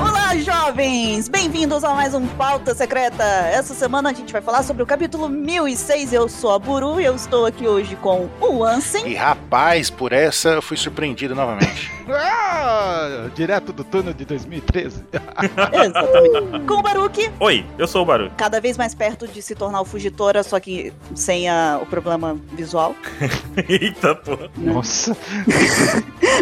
Olá, jovens! Bem-vindos a mais um Pauta Secreta! Essa semana a gente vai falar sobre o capítulo 1006. Eu sou a Buru e eu estou aqui hoje com o Ansem. E rapaz, por essa eu fui surpreendido novamente. Ah, direto do túnel de 2013. Exatamente. Com o Baruque, Oi, eu sou o Baru. cada vez mais perto de se tornar o Fugitora, só que sem a- o problema visual. Eita, pô. Nossa.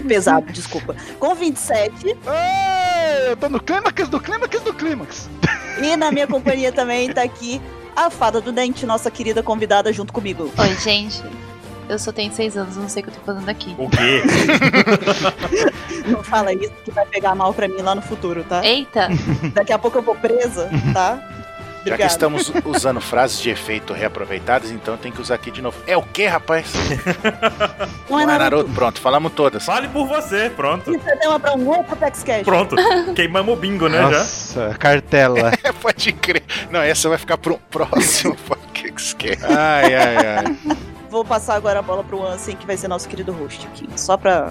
Pesado, desculpa. Com 27. Ei, É, eu tô no clímax do clímax do clímax. E na minha companhia também tá aqui a Fada do Dente, nossa querida convidada, junto comigo. Oi, gente. Eu só tenho seis anos, não sei o que eu tô fazendo aqui. O quê? Não fala isso que vai pegar mal pra mim lá no futuro, É. tá? Eita! Daqui a pouco eu vou presa, tá? Já que Obrigada. estamos usando frases de efeito reaproveitadas, então tem que usar aqui de novo. É o que, rapaz? Não é Não é nada. Naruto? Pronto, falamos todas. Fale por você, pronto. Isso é tema pra um outro PaxCast. Pronto. Queimamos o bingo, né, já? Nossa, cartela. É, pode crer. Não, essa vai ficar pro próximo podcast. Ai, ai, ai. Vou passar agora a bola pro Ansem, que vai ser nosso querido host aqui. Só pra.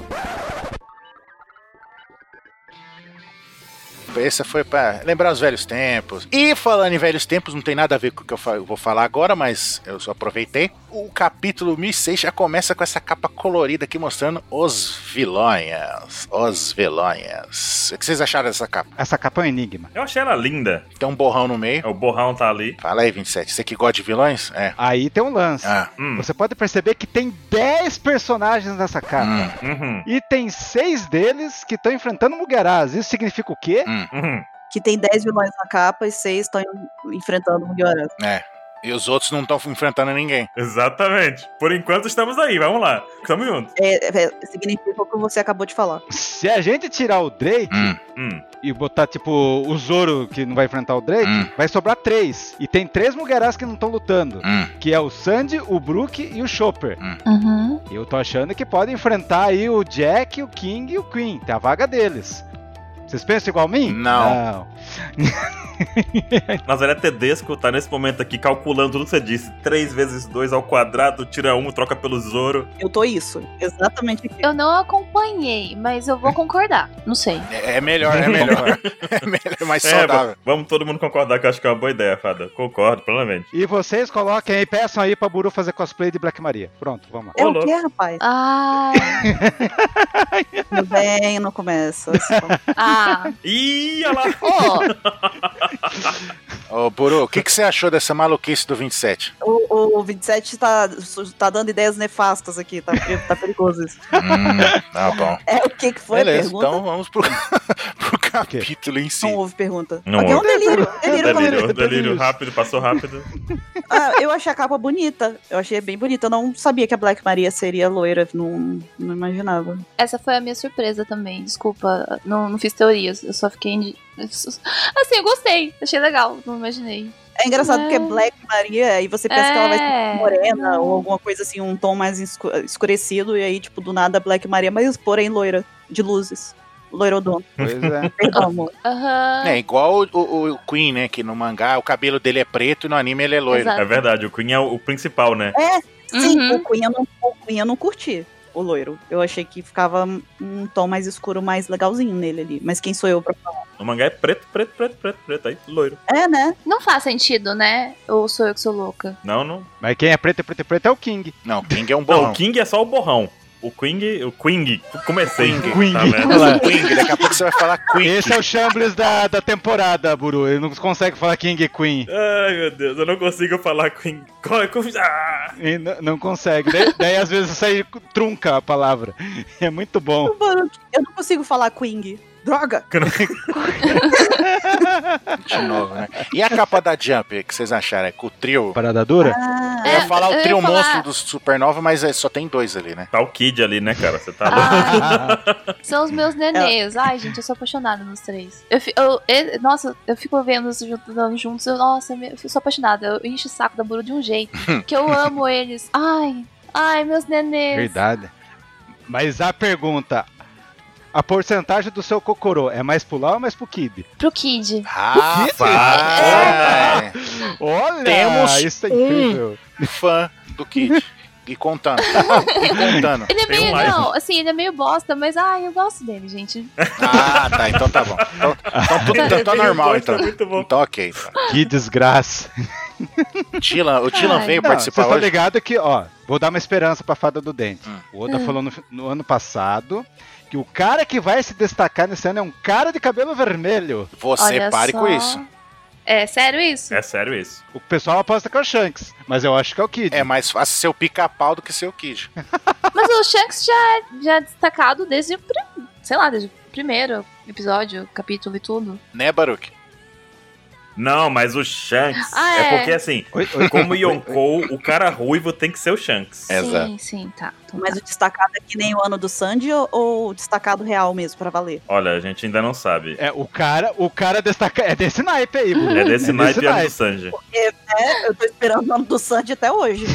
Essa foi pra lembrar os velhos tempos. E falando em velhos tempos, não tem nada a ver com o que eu fa- eu vou falar agora, mas eu só aproveitei. O capítulo 1006 já começa com essa capa colorida aqui mostrando os vilões. Os vilões. O que vocês acharam dessa capa? Essa capa é um enigma. Eu achei ela linda. Tem um borrão no meio. O borrão tá ali. Fala aí, 27. Você que gosta de vilões? É. Aí tem um lance. Ah. Hum, Você pode perceber que tem 10 personagens nessa capa. Hum, uhum, E tem seis deles que estão enfrentando Mugeraz. Isso significa o quê? hum, uhum. Que tem 10 vilões na capa e 6 estão enfrentando o Mugiwara. é. E os outros não estão enfrentando ninguém. Exatamente. Por enquanto estamos aí, vamos lá. Tamo junto. É, é, significa o que você acabou de falar. Se a gente tirar o Drake Hum, Hum. e botar, tipo, o Zoro que não vai enfrentar o Drake, Hum. vai sobrar três. E tem três Mugeraz que não estão lutando. hum. Que é o Sandy, o Brook e o Chopper. Uhum. Eu tô achando que pode enfrentar aí o Jack, o King e o Queen. Tem a vaga deles. Vocês pensam igual a mim? Não. Não. Nazaré Tedesco tá nesse momento aqui calculando tudo que você disse. 3 vezes 2 ao quadrado, tira 1, troca pelo Zoro. Eu tô isso. Exatamente aqui. Eu não acompanhei, mas eu vou concordar. Não sei. É, é melhor, é melhor. é melhor, é mais saudável. va- vamos todo mundo concordar que eu acho que é uma boa ideia, fada. Concordo, plenamente. E vocês coloquem aí, peçam aí pra Buru fazer cosplay de Black Maria. Pronto, vamos lá. É Ô, o que, louco. rapaz? Ah, Tudo bem, não começa. Assim, só- ah, Ih, olha lá. ó. Ô, Buru, o que, que você achou dessa maluquice do 27? O, o 27 tá, tá dando ideias nefastas aqui, tá, tá perigoso isso. Hum, tá bom. É o que que foi a Beleza, pergunta? então vamos pro, pro capítulo em si. Não houve pergunta. Não Aqui é um houve. delírio. delírio como- Delírio, delírio delírio. rápido, passou rápido. Ah, eu achei a capa bonita. Eu achei bem bonita. Eu não sabia que a Black Maria seria loira. Não, não imaginava. Essa foi a minha surpresa também. Desculpa, não, não fiz teorias. Eu só fiquei. indi- Assim, eu gostei. Achei legal, não imaginei. É engraçado É. porque é Black Maria e você pensa que ela vai É. ser morena ou alguma coisa assim, um tom mais escu- escurecido. E aí, tipo, do nada Black Maria, mas porém loira, de luzes. Loirodon. Pois é. Uhum. Perdão, amor. Aham. É igual o, o- o Queen, né? Que no mangá o cabelo dele é preto e no anime ele é loiro. Exato. É verdade, o Queen é o o principal, né? Sim, Uhum. o, Queen eu não, o Queen eu não curti. O loiro. Eu achei que ficava um tom mais escuro, mais legalzinho nele ali. Mas quem sou eu pra. O mangá é preto, preto, preto, preto, preto, aí loiro. É, né? Não faz sentido, né? Ou sou eu que sou louca? Não, não. Mas quem é preto, é preto, é preto é o King. Não, o King é um Não, borrão. o King é só o borrão. O Queen, o Queen, comecei. Queen. Queen. Tá vendo? Olha lá. Queen, daqui a pouco você vai falar Queen. Esse é o Chambliss da, da temporada, Buru. Ele não consegue falar King e Queen. Ai, meu Deus, eu não consigo falar Queen. Qual é que- Ah! E n- não consegue. Daí, daí, às vezes sai trunca a palavra. É muito bom. Eu não consigo falar Queen. Droga! de novo, né? E a capa da Jump, o que vocês acharam? É com o trio. Parada dura? Ah, Eu ia falar É, eu o ia trio falar- monstro do Supernova, mas é, só tem dois ali, né? Tá o Kid ali, né, cara? Você tá Ah, louco. Ai, São os É meus nenês. Ai, gente, eu sou apaixonada nos três. Eu, fi- eu- e- nossa, eu fico vendo eles juntando juntos. Eu, nossa, eu me- eu sou apaixonada. Eu encho o saco da Buru de um jeito. que eu amo eles. Ai, ai, meus nenês. Verdade. Mas a pergunta: a porcentagem do seu cocorô é mais pro lá ou mais pro Kid? Pro Kid. Rapaz! Tá, Olha! Temos um. isso é incrível. Fã do Kid. E contando. e contando. Ele é Tem um meio, mais. não, assim, ele é meio bosta, mas ai, eu gosto dele, gente. Ah, tá. Então tá bom. Então, então tudo então tá normal, é então. Muito bom. Então ok. Então. Que desgraça. Dylan, o Dylan Ai. veio Não, Você participar tá hoje. ligado que, ó, vou dar uma esperança pra Fada do Dente. Hum. O Oda falou no, no ano passado que o cara que vai se destacar nesse ano é um cara de cabelo vermelho. Você Olha pare só. com isso. É sério isso? É sério isso. O pessoal aposta que é o Shanks, mas eu acho que é o Kid. É mais fácil ser o pica-pau do que ser o Kid. Mas o Shanks já é, já é destacado desde, o prim- sei lá, desde o primeiro episódio, capítulo e tudo. Né, Baruque? Não, mas o Shanks. Ah, é. é. porque assim, Oi, oi, oi, como oi. Yonkou, o cara ruivo tem que ser o Shanks. É. Exato. Sim, sim, tá. Então Mas tá. o destacado é que nem o ano do Sandy ou, ou o destacado real mesmo, pra valer? Olha, a gente ainda não sabe. É, o cara, o cara destaca, é desse naipe aí, Bubu. É desse naipe é do naipe. Sanji. É, eu tô esperando o ano do Sandy até hoje.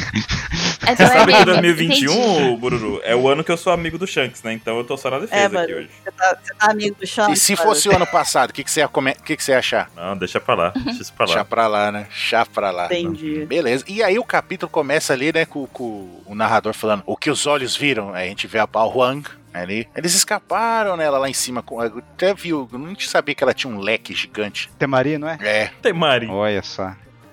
Então é Sabe que meme, 2021, entendi. Bururu, é o ano que eu sou amigo do Shanks, né? Então eu tô só na defesa É, aqui mano. hoje. Você tá, você tá amigo do Sean? E se fosse o ano passado, o que, que você ia come- que que você ia achar? Não, deixa pra lá. Deixa isso pra Chá lá. pra lá, né? Chá pra lá. Entendi. Beleza. E aí o capítulo começa ali, né, com, com o narrador falando o que os olhos viram. Aí a gente vê a Bao Huang ali. Eles escaparam, né, ela lá em cima. Com, eu até viu, eu não sabia que ela tinha um leque gigante. Temari, não é? É, Tem Mari. Olha só.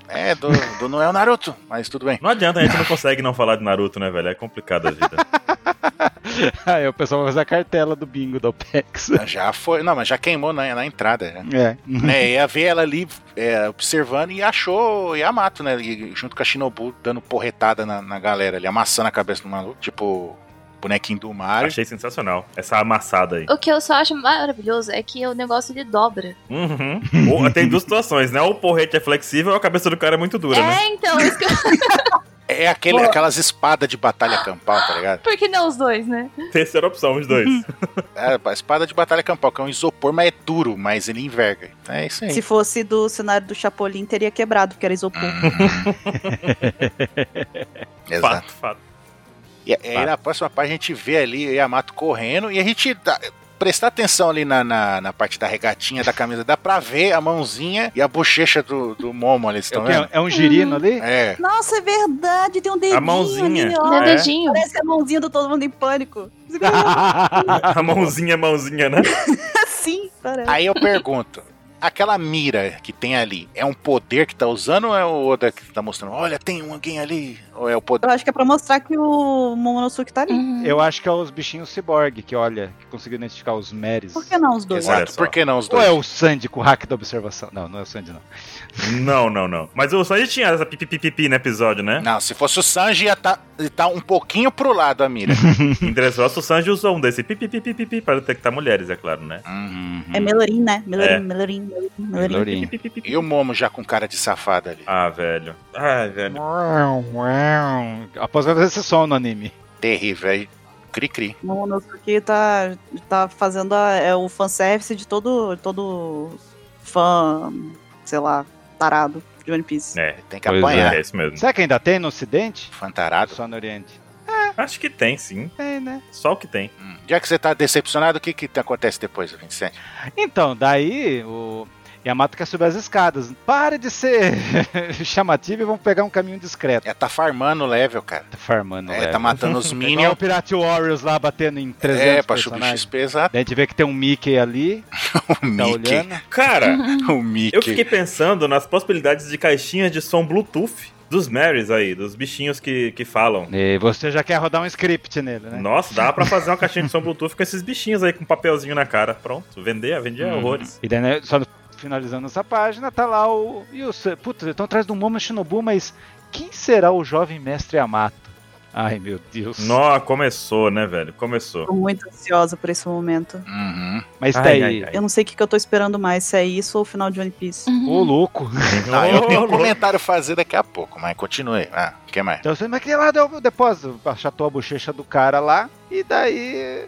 é, do, do não é o Naruto, mas tudo bem. Não adianta, a gente não consegue não falar de Naruto, né, velho? É complicado a vida. Aí o pessoal vai fazer a cartela do bingo da OPEX. Já foi, não, mas já queimou na, na entrada, né? É. né, ia ver ela ali é, observando e achou Yamato, né? e junto com a Shinobu dando porretada na, na galera ali, amassando a cabeça do maluco, tipo bonequinho do Mario. Achei sensacional. Essa amassada aí. O que eu só acho maravilhoso é que o negócio ele dobra. Uhum. Ou- tem duas situações, né? Ou o porrete é flexível ou a cabeça do cara é muito dura, né? é, então, isso que eu... É aquele, aquelas espadas de batalha campal, tá ligado? por que não os dois, né? Terceira opção, os dois. É, a espada de batalha campal, que é um isopor, mas é duro, mas ele enverga. Então é isso aí. Se fosse do cenário do Chapolin, teria quebrado, porque era isopor. Ah. Exato. fato, fato. E aí na próxima parte a gente vê ali o Yamato correndo e a gente dá- prestar atenção ali na, na, na parte da regatinha da camisa, dá pra ver a mãozinha e a bochecha do, do Momo ali, vocês É, estão o quê? vendo? É um Uhum. girino ali? É. Nossa, é verdade, tem um dedinho mãozinha. ali, Meu ó. É. um dedinho. Parece a mãozinha do Todo Mundo em Pânico. A mãozinha, mãozinha, né? Tá Sim, parece. Aí eu pergunto. Aquela mira que tem ali, é um poder que tá usando ou é o Oda que tá mostrando? Olha, tem um alguém ali. Ou é o poder? Eu acho que é pra mostrar que o Momonosuke tá ali. Uhum. Eu acho que é os bichinhos ciborgue que olha, que conseguiu identificar os Meres. Por que não os dois? Olha Exato. só. Por que não os Ou dois? é o Sandy com o hack da observação? Não, não é o Sandy, não. Não, não, não. Mas o Sanji tinha essa pipipipi no episódio, né? Não, se fosse o Sanji, ia tá, ia tá um pouquinho pro lado a mira. Interessou o Sanji usou um desse pipipipipipi para detectar mulheres, é claro, né? Uhum. É Melorim, né? Melorim, É. Melorim, Melorim, Melorim. Lourinho. Pipipipipi. E o Momo já com cara de safado ali. Ah, velho. Ai, velho. Após vai fazer esse som no anime. Terrível, aí. Cri-cri. O Momonosuke tá, tá fazendo a- é, o fanservice de todo, todo fã, sei lá, tarado de One Piece. É, Tem que Pois apanhar. é isso mesmo. Será que ainda tem no Ocidente? Fantarado. Só no Oriente? Acho que tem, sim. Tem, né? Só o que tem. Hum. Já que você tá decepcionado, o que que acontece depois, Vincent? Então, daí o Yamato quer subir as escadas. Para de ser chamativo e vamos pegar um caminho discreto. É, tá farmando o level, cara. Tá farmando, É, leve. tá matando os Igual minions. o Pirate Warriors lá batendo em 300 É, pra chupar um personagens. XP, exato. Daí a gente vê que tem um Mickey ali, O tá Mickey. olhando. Cara, O Mickey. eu fiquei pensando nas possibilidades de caixinhas de som Bluetooth dos Marys aí, dos bichinhos que, que falam. E você já quer rodar um script nele, É. né? Nossa, dá pra fazer uma caixinha de som Bluetooth com esses bichinhos aí com um papelzinho na cara. Pronto, vender, vendia Uhum. horrores. E daí, né, só finalizando essa página, tá lá o. E o putz, estão atrás do Momo Shinobu, mas quem será o jovem mestre Yamato? Ai, meu Deus. Nó, começou, né, velho? Começou. Tô muito ansiosa por esse momento. Uhum. Mas tá Ai, daí. ai, ai. Eu não sei o que, que eu tô esperando mais, se é isso ou o final de One Piece. Uhum. Ô, louco. Ah, eu tenho um Rolou. comentário a fazer daqui a pouco, mas continue. Ah, o que mais? Então você, mas que lá deu o depósito, achatou a bochecha do cara lá, e daí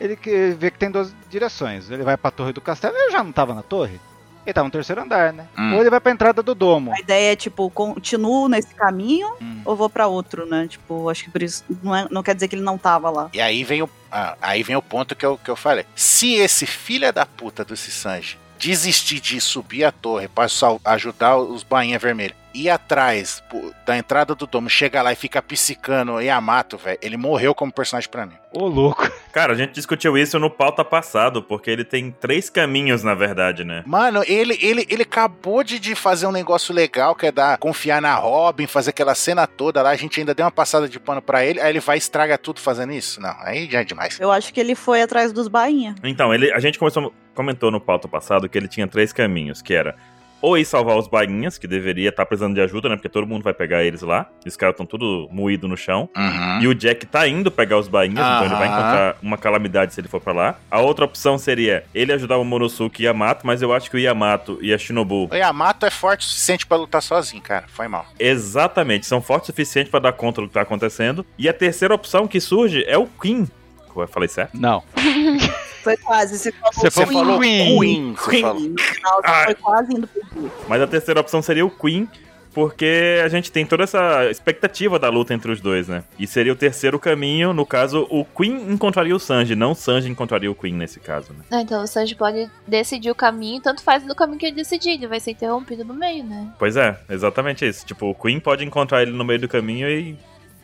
ele que- vê que tem duas direções. Ele vai pra torre do castelo, ele já não tava na torre? Ele tava no terceiro andar, né? Hum. Ou ele vai pra entrada do domo. A ideia é, tipo, continuo nesse caminho Hum. ou vou pra outro, né? Tipo, acho que por isso não, é- não quer dizer que ele não tava lá. E aí vem o, ah, aí vem o ponto que eu, que eu falei. Se esse filho da puta do Sanji desistir de subir a torre pra sal- ajudar os bainha vermelha ir atrás pô, da entrada do domo, chega lá e fica psicando Yamato, velho, ele morreu como personagem pra mim. Ô, louco. Cara, a gente discutiu isso no pauta passado, porque ele tem três caminhos, na verdade, né? Mano, ele, ele, ele acabou de, de fazer um negócio legal, que é dar, confiar na Robin, fazer aquela cena toda lá, a gente ainda deu uma passada de pano pra ele, aí ele vai e estraga tudo fazendo isso? Não, aí já é demais. Eu acho que ele foi atrás dos bainha. Então, ele, a gente começou, comentou no pauta passado que ele tinha três caminhos, que era ou ir salvar os bainhas, que deveria estar precisando de ajuda, né? Porque todo mundo vai pegar eles lá. Os caras estão tudo moído no chão. Uhum. E o Jack tá indo pegar os bainhas, então ele vai Aham. encontrar uma calamidade se ele for pra lá. A outra opção seria ele ajudar o Monosuke e Yamato, mas eu acho que o Yamato e a Shinobu, O Yamato é forte o suficiente pra lutar sozinho, cara. Foi mal. exatamente, são fortes o suficiente pra dar conta do que tá acontecendo. E a terceira opção que surge é o Queen. Eu falei certo? Não. Foi quase. Você falou, Você Você Queen, falou Queen. Queen, você Queen. falou. No final, você Ah. foi quase indo pro Queen. Mas a terceira opção seria o Queen, porque a gente tem toda essa expectativa da luta entre os dois, né? E seria o terceiro caminho, no caso, o Queen encontraria o Sanji, não o Sanji encontraria o Queen nesse caso, né? Ah, Então o Sanji pode decidir o caminho, tanto faz do caminho que ele decidir, ele vai ser interrompido no meio, né? Pois é, exatamente isso. Tipo, o Queen pode encontrar ele no meio do caminho e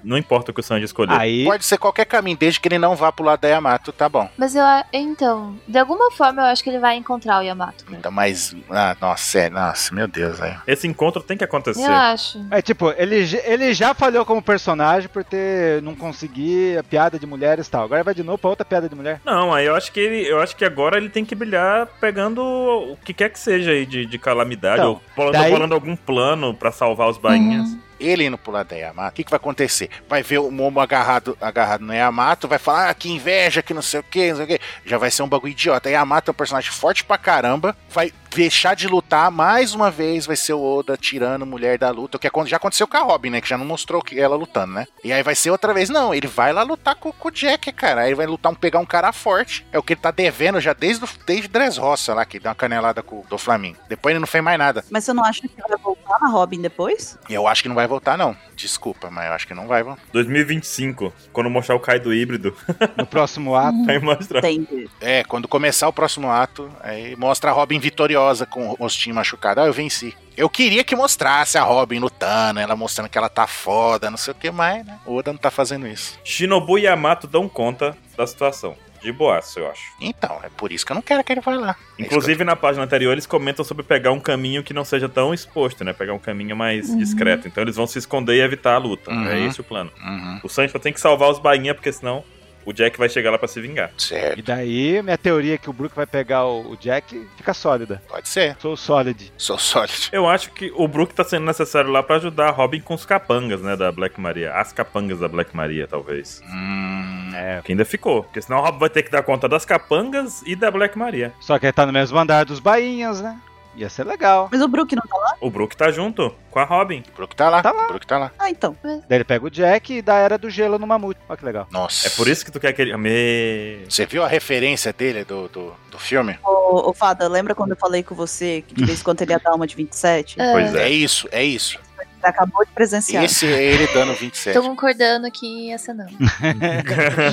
não importa o que o Sanji escolher. Aí. Pode ser qualquer caminho, desde que ele não vá pro lado da Yamato, tá bom. Mas eu, a- então, de alguma forma eu acho que ele vai encontrar o Yamato. né? cara. Então, mas. Ah, nossa, é, nossa, meu Deus, velho. Esse encontro tem que acontecer. Eu acho. É tipo, ele, j- ele já falhou como personagem por ter não conseguir a piada de mulheres e tal. Agora vai de novo pra outra piada de mulher. Não, aí eu acho que ele, eu acho que agora ele tem que brilhar pegando o que quer que seja aí de, de calamidade, Então, ou bolando, daí- bolando algum plano pra salvar os bainhas. Ele indo pro lado da Yamato, o que, que vai acontecer? Vai ver o Momo agarrado, agarrado no Yamato, vai falar ah, que inveja, que não sei o que, não sei o que. Já vai ser um bagulho idiota. Yamato é um personagem forte pra caramba, vai deixar de lutar mais uma vez, vai ser o Oda tirando mulher da luta, o que acon- já aconteceu com a Robin, né? Que já não mostrou que ela lutando, né? E aí vai ser outra vez, não, ele vai lá lutar com, com o Jack, cara. Aí ele vai lutar um pegar um cara forte. É o que ele tá devendo já desde, o- desde Dressrosa lá, que deu uma canelada com, do Flamengo. Depois ele não fez mais nada. Mas você não acha que vai voltar na Robin depois? Eu acho que não vai voltar, não. Desculpa, mas eu acho que não vai voltar. 2025, quando mostrar o Kaido híbrido, tá No próximo ato. aí mostra Entendi. É, quando começar o próximo ato, aí mostra a Robin vitoriosa com o rostinho machucado. Ah, eu venci. Eu queria que mostrasse a Robin lutando, ela mostrando que ela tá foda, não sei o que mais, né? O Oda não tá fazendo isso. Shinobu e Yamato dão conta da situação. De boaço, eu acho. Então, é por isso que eu não quero que ele vá lá. É isso que eu- Inclusive, na página anterior, eles comentam sobre pegar um caminho que não seja tão exposto, né? Pegar um caminho mais discreto. Então, eles vão se esconder e evitar a luta. Uhum. É esse o plano. Uhum, O Sanji só tem que salvar os bainha, porque senão o Jack vai chegar lá pra se vingar. certo, E daí, minha teoria é que o Brook vai pegar o, o Jack fica sólida. pode ser. Sou sólid. Sou sólido. Eu acho que o Brook tá sendo necessário lá pra ajudar a Robin com os capangas, né? Da Black Maria. As capangas da Black Maria, talvez. Hum, É. Que ainda ficou. Porque senão a Robin vai ter que dar conta das capangas e da Black Maria. Só que ele tá no mesmo andar dos bainhas, né? Ia ser legal. Mas o Brook não tá lá? O Brook tá junto com a Robin. o Brook tá lá. Tá lá. O Brook tá lá. Ah, então. Daí ele pega o Jack e dá a era do gelo no mamute. Olha que legal. Nossa. É por isso que tu quer que ele. Me... Você viu a referência dele do, do, do filme? Ô, ô, Fada, lembra quando eu falei com você que de vez em quando ele ia dar uma de 27? Ah, Pois É é. isso, é isso. Você acabou de presenciar. Esse é ele dando 27. Tô concordando aqui e acenando.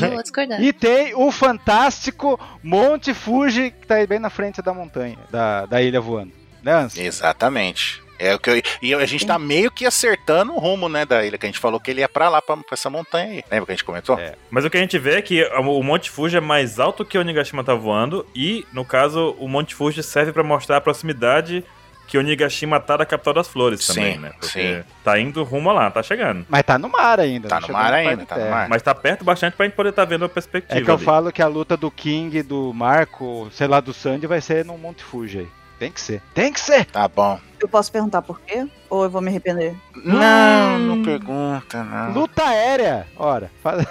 Eu vou discordando. E tem o fantástico Monte Fuji, que tá aí bem na frente da montanha, da, da ilha voando. Né, Anson? Exatamente. É o que eu, e eu- a gente tá meio que acertando o rumo, né, da ilha, que a gente falou que ele ia pra lá, pra, pra essa montanha aí. Lembra que a gente comentou? É. Mas o que a gente vê é que o Monte Fuji é mais alto que o Onigashima tá voando e, no caso, o Monte Fuji serve pra mostrar a proximidade que o Onigashima tá da capital das flores também, Sim, né? sim. tá indo rumo lá, tá chegando. Mas tá no mar ainda. Tá não no chegou mar parte ainda, da tá no terra. mar. Mas tá perto bastante pra gente poder tá vendo a perspectiva É que eu ali. falo que a luta do King, e do Marco, sei lá, do Sandy, vai ser no Monte Fuji aí. Tem que ser. Tem que ser! Tá bom. Eu posso perguntar por quê? Ou eu vou me arrepender? Não, não pergunta, não. Luta aérea! Ora, fala...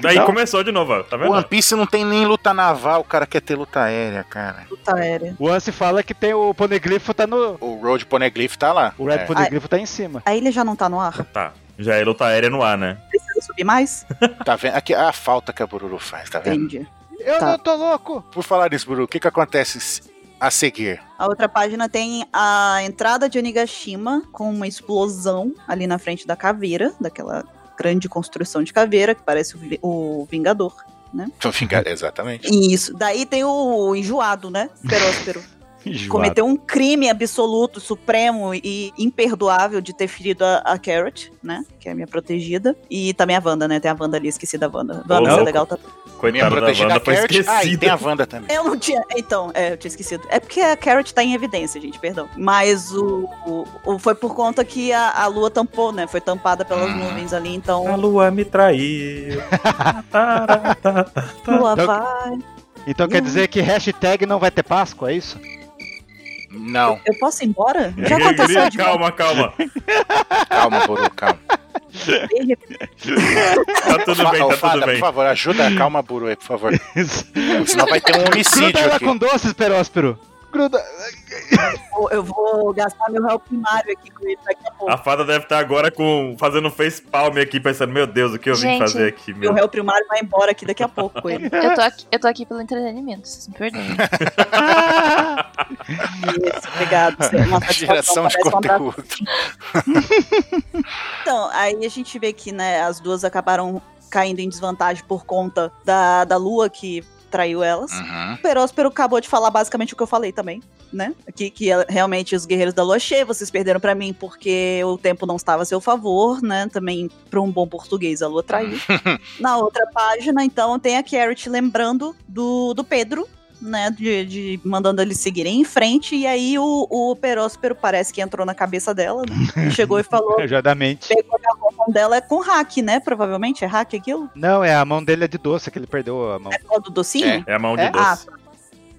Daí Não. começou de novo, ó, tá O vendo? One Piece não tem nem luta naval, o cara quer ter luta aérea, cara. Luta aérea. o Anse fala que tem o Poneglifo tá no. O Road Poneglyph tá lá. O Red é. Poneglifo tá em cima. A ilha já não tá no ar? Tá. Já é luta aérea no ar, né? Precisa subir mais? Tá vendo? Aqui a falta que a Bururu faz, tá vendo? Entendi. Eu Tá. não tô louco! Por falar nisso, Bururu, o que que acontece se- a seguir? A outra página tem a entrada de Onigashima com uma explosão ali na frente da caveira, daquela grande construção de caveira que parece o Vi- o Vingador. Tô vingado, exatamente. Isso. Daí tem o enjoado, né? Peróspero. Enjoado. cometeu um crime absoluto, supremo e imperdoável de ter ferido a, a Carrot, né? Que é a minha protegida. E também a Wanda, né? Tem a Wanda ali, esqueci da Wanda. Wanda, louco. você é legal tá... Minha Coitada da protegida Wanda foi Carrot. Ah, e tem a esquecida. Wanda também. Eu não tinha. Então, é, eu tinha esquecido. É porque a Carrot tá em evidência, gente, perdão. Mas o, o- o- foi por conta que a, a lua tampou, né? Foi tampada pelas Hum. nuvens ali, A então. lua me traiu. Taratá. Lua Então- vai. Então Hum. quer dizer que hashtag não vai ter Páscoa, é isso? Não, Eu posso ir embora? Já aconteceu Alegria, de calma, calma. calma, Buru, calma. morrer. Tá tudo Fa- bem, ô, tá Fada, tudo por bem. favor, ajuda a calma, Buru, aí, por favor. Senão vai ter um Gruda homicídio ela aqui. com doces, peróspero. Gruda. Eu- Eu vou gastar meu réu primário aqui com ele daqui a pouco. A fada deve estar agora com fazendo um face palm aqui, pensando, meu Deus, o que eu vim Gente, fazer aqui? Meu Meu... réu primário vai embora aqui daqui a pouco com ele. Eu tô, aqui, eu tô aqui pelo entretenimento, vocês me perdoem. Isso, obrigado. Isso é uma satisfação, Geração de parece um abraço. conteúdo. Então, aí a gente vê que né, as duas acabaram caindo em desvantagem por conta da, da lua que traiu elas. Uhum. O Peróspero acabou de falar basicamente o que eu falei também, né? Que, que é- realmente os guerreiros da lua cheia, vocês perderam pra mim porque o tempo não estava a seu favor, né? Também pra um bom português a lua traiu. Na outra página, então, tem a Carrot lembrando do, do Pedro, né? De, de- mandando eles seguirem em frente. E aí o, o Peróspero parece que entrou na cabeça dela, né? E chegou e falou: Ajudamente. pegou na mão dela é com hack, né? Provavelmente é hack aquilo? Não, é a mão dele é de doce, que ele perdeu a mão. É qual do docinho? É. É a mão de É? doce. Ah.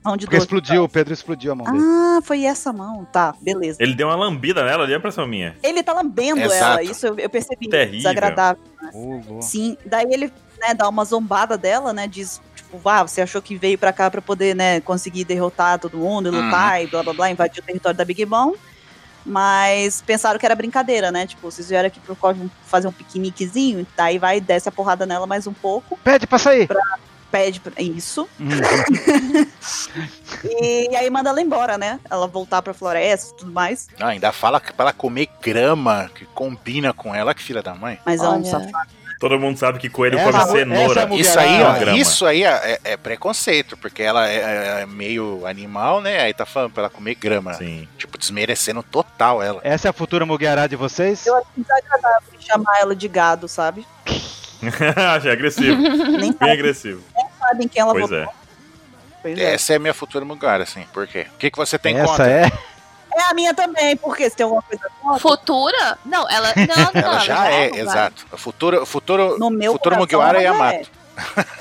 Mão de Porque doce. explodiu, o Pedro explodiu a mão dele. Ah, foi essa mão. Tá, beleza. Ele deu uma lambida nela, ali é a impressão minha. Ele tá lambendo Exato. ela, isso eu, eu percebi. Terrível. Desagradável. Ô, louco. Sim. Daí ele, né, dá uma zombada dela, né? Diz, tipo, ah, você achou que veio pra cá pra poder, né, conseguir derrotar todo mundo e lutar e blá blá blá, invadir o território da Big Mom. Mas pensaram que era brincadeira, né? Tipo, vocês vieram aqui pro Cosmo fazer um piqueniquezinho, daí vai e desce a porrada nela mais um pouco, Pede pra sair. pede pra... isso. Hum. E, aí manda ela embora, né? Ela voltar pra floresta e tudo mais. Ah, ainda fala que pra ela comer grama, que combina com ela, que filha da mãe. Mas é um Olha, safado. Todo mundo sabe que coelho Essa é come mu- cenoura. essa mu- Isso aí, ó, Grama. isso aí é, é- é preconceito, porque ela é, é meio animal, né? Aí tá falando pra ela comer grama. Sim. Tipo, desmerecendo total ela. Essa é a futura Mugiará de vocês? Eu acho desagradável chamar ela de gado, sabe? Achei agressivo, Nem bem sabem, agressivo. sabem quem ela Pois votou. é. Pois é. Essa é a minha futura Mugara, assim. Por quê? O que, que você tem Essa contra? é. É a minha também, porque se tem alguma coisa contra, Futura? Não, ela. tá Não, não, Ela já é, vai. exato. O futuro, o futuro, no meu futuro coração, Mugiwara é ela vai. Yamato.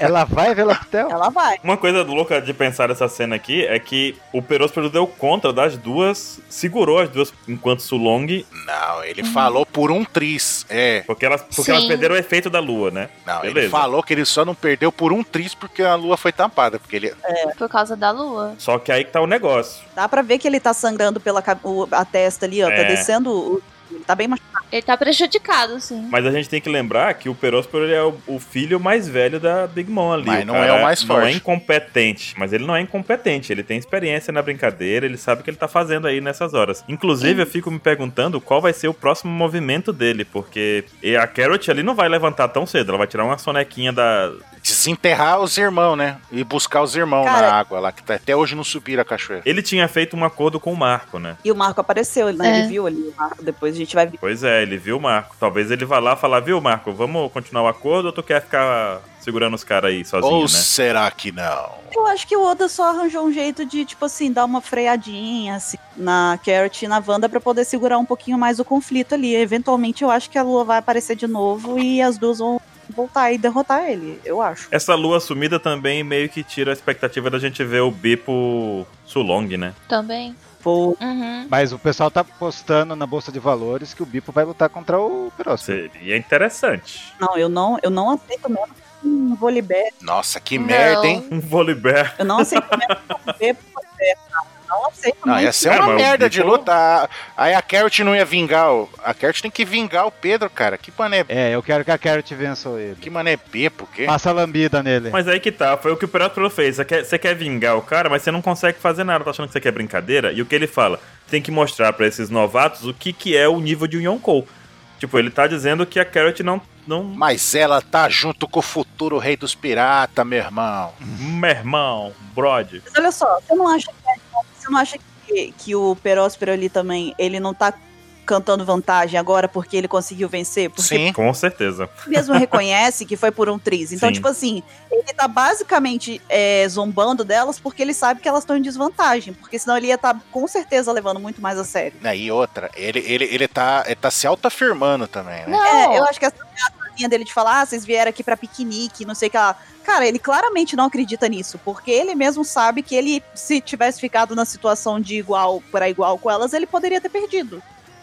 Ela vai ver Laptel? Ela vai. Uma coisa louca de pensar essa cena aqui é que o Peróspero deu contra das duas, segurou as duas enquanto Sulong, Não, ele falou por um tris. É, porque elas, porque elas Sim. perderam o efeito da lua, né? não, ele Beleza. falou que ele só não perdeu por um tris porque a lua foi tampada. Porque ele, Por causa da lua. Só que aí que tá o negócio. Dá pra ver que ele tá sangrando pela ca- o- a testa ali, ó. Tá É. descendo o. Ele tá bem machucado. Ele tá prejudicado, sim. Mas a gente tem que lembrar que o Peróspero ele é o, o filho mais velho da Big Mom ali. Mas não é cara o mais Não é forte. incompetente, mas ele não é incompetente. Ele tem experiência na brincadeira, ele sabe o que ele tá fazendo aí nessas horas. Inclusive, eu fico me perguntando qual vai ser o próximo movimento dele, porque e a Carrot ali não vai levantar tão cedo. Ela vai tirar uma sonequinha da. desenterrar os irmãos, né? E buscar os irmãos Cara- na água lá, que tá- até hoje não subiram a cachoeira. Ele tinha feito um acordo com o Marco, né? E o Marco apareceu, né? É. Ele viu ali o Marco. Depois a gente vai ver. Pois é, ele viu o Marco. Talvez ele vá lá falar, viu, Marco, vamos continuar o acordo ou tu quer ficar segurando os caras aí sozinho, Ou né? será que não? Eu acho que o Oda só arranjou um jeito de, tipo assim, dar uma freadinha assim, na Carrot e na Wanda pra poder segurar um pouquinho mais o conflito ali. Eventualmente eu acho que a Lua vai aparecer de novo e as duas vão voltar e derrotar ele, eu acho. Essa lua sumida também meio que tira a expectativa da gente ver o Bipo Sulong, né? Também. Pô, Uhum. Mas o pessoal tá postando na Bolsa de Valores que o Bipo vai lutar contra o Peróspero. Seria interessante. não, eu não, eu não aceito mesmo que um volibear. Nossa, que merda, hein? Um volibear. Eu não aceito mesmo que um bebo volibear, não. Não aceito Não, é- mesmo. ia ser Cara, uma mas o merda de Bico- luta. Ah, Aí a Carrot não ia vingar. o- A Carrot tem que vingar o Pedro, cara. Que mané, É, eu quero que a Carrot vença ele. que mané B, por quê? Passa a lambida nele. Mas aí que tá, foi o que o Peróspero fez. Você quer, você quer vingar o cara, mas você não consegue fazer nada. Tá achando que isso aqui é brincadeira? E o que ele fala? Tem que mostrar pra esses novatos o que, que é o nível de um Yonkou. Tipo, ele tá dizendo que a Carrot não... não... Mas ela tá junto com o futuro rei dos piratas, meu irmão. Meu irmão, brode. Mas olha só, você não acha que é, você não acha que que, que o Peróspero ali também, ele não tá cantando vantagem agora porque ele conseguiu vencer? Porque Sim. Com certeza. ele mesmo reconhece que foi por um triz. Então, Sim. tipo assim, ele tá basicamente é, zombando delas porque ele sabe que elas estão em desvantagem. Porque senão ele ia estar com certeza levando muito mais a sério. Né, E outra, ele, ele, ele, tá, ele tá se autoafirmando também, né? Não, É, eu acho que essa linha dele de falar, ah, vocês vieram aqui pra piquenique, não sei o que lá. Cara, ele claramente não acredita nisso, porque ele mesmo sabe que ele, se tivesse ficado na situação de igual para igual com elas, ele poderia ter perdido.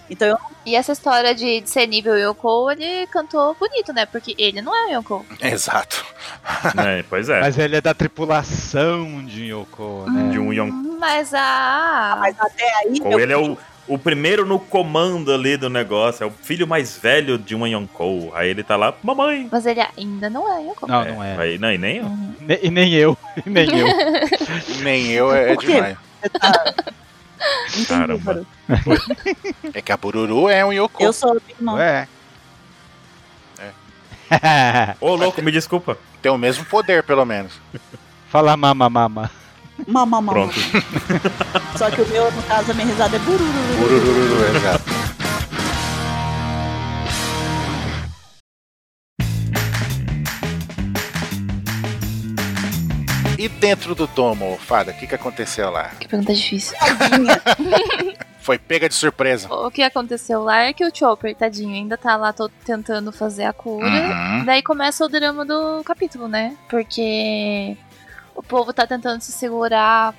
Então eu E essa história de, de ser nível Yoko, ele cantou bonito, né? Porque ele não é um Yoko. Exato. É, pois é. Mas ele é da tripulação de Yoko, né? De um Yonko. Mas a. mas até aí. Ou meu ele é filho, o, o primeiro no comando ali do negócio, é o filho mais velho de uma Yonkou. Aí ele tá lá, mamãe. Mas ele ainda não é Yoko. Não, não é. Aí, não, e nem eu. Ne- E nem eu. E nem eu. Nem eu é, é Por quê? demais. tá não tem Caramba. dúvida. É que a Bururu é um Yoko. Eu sou irmão. Ué. Ô, louco, me desculpa. Tem o mesmo poder, pelo menos. Fala mama, mama. Mamá, mamá. Pronto. Só que o meu, no caso, a minha risada é bururu. Bururu, exato. E dentro do domo, Fada, o que, que aconteceu lá? Que pergunta difícil. Tadinha. Foi pega de surpresa. O que aconteceu lá é que o Chopper, tadinho, ainda tá lá todo tentando fazer a cura. Uhum. Daí começa o drama do capítulo, né? Porque o povo tá tentando se segurar,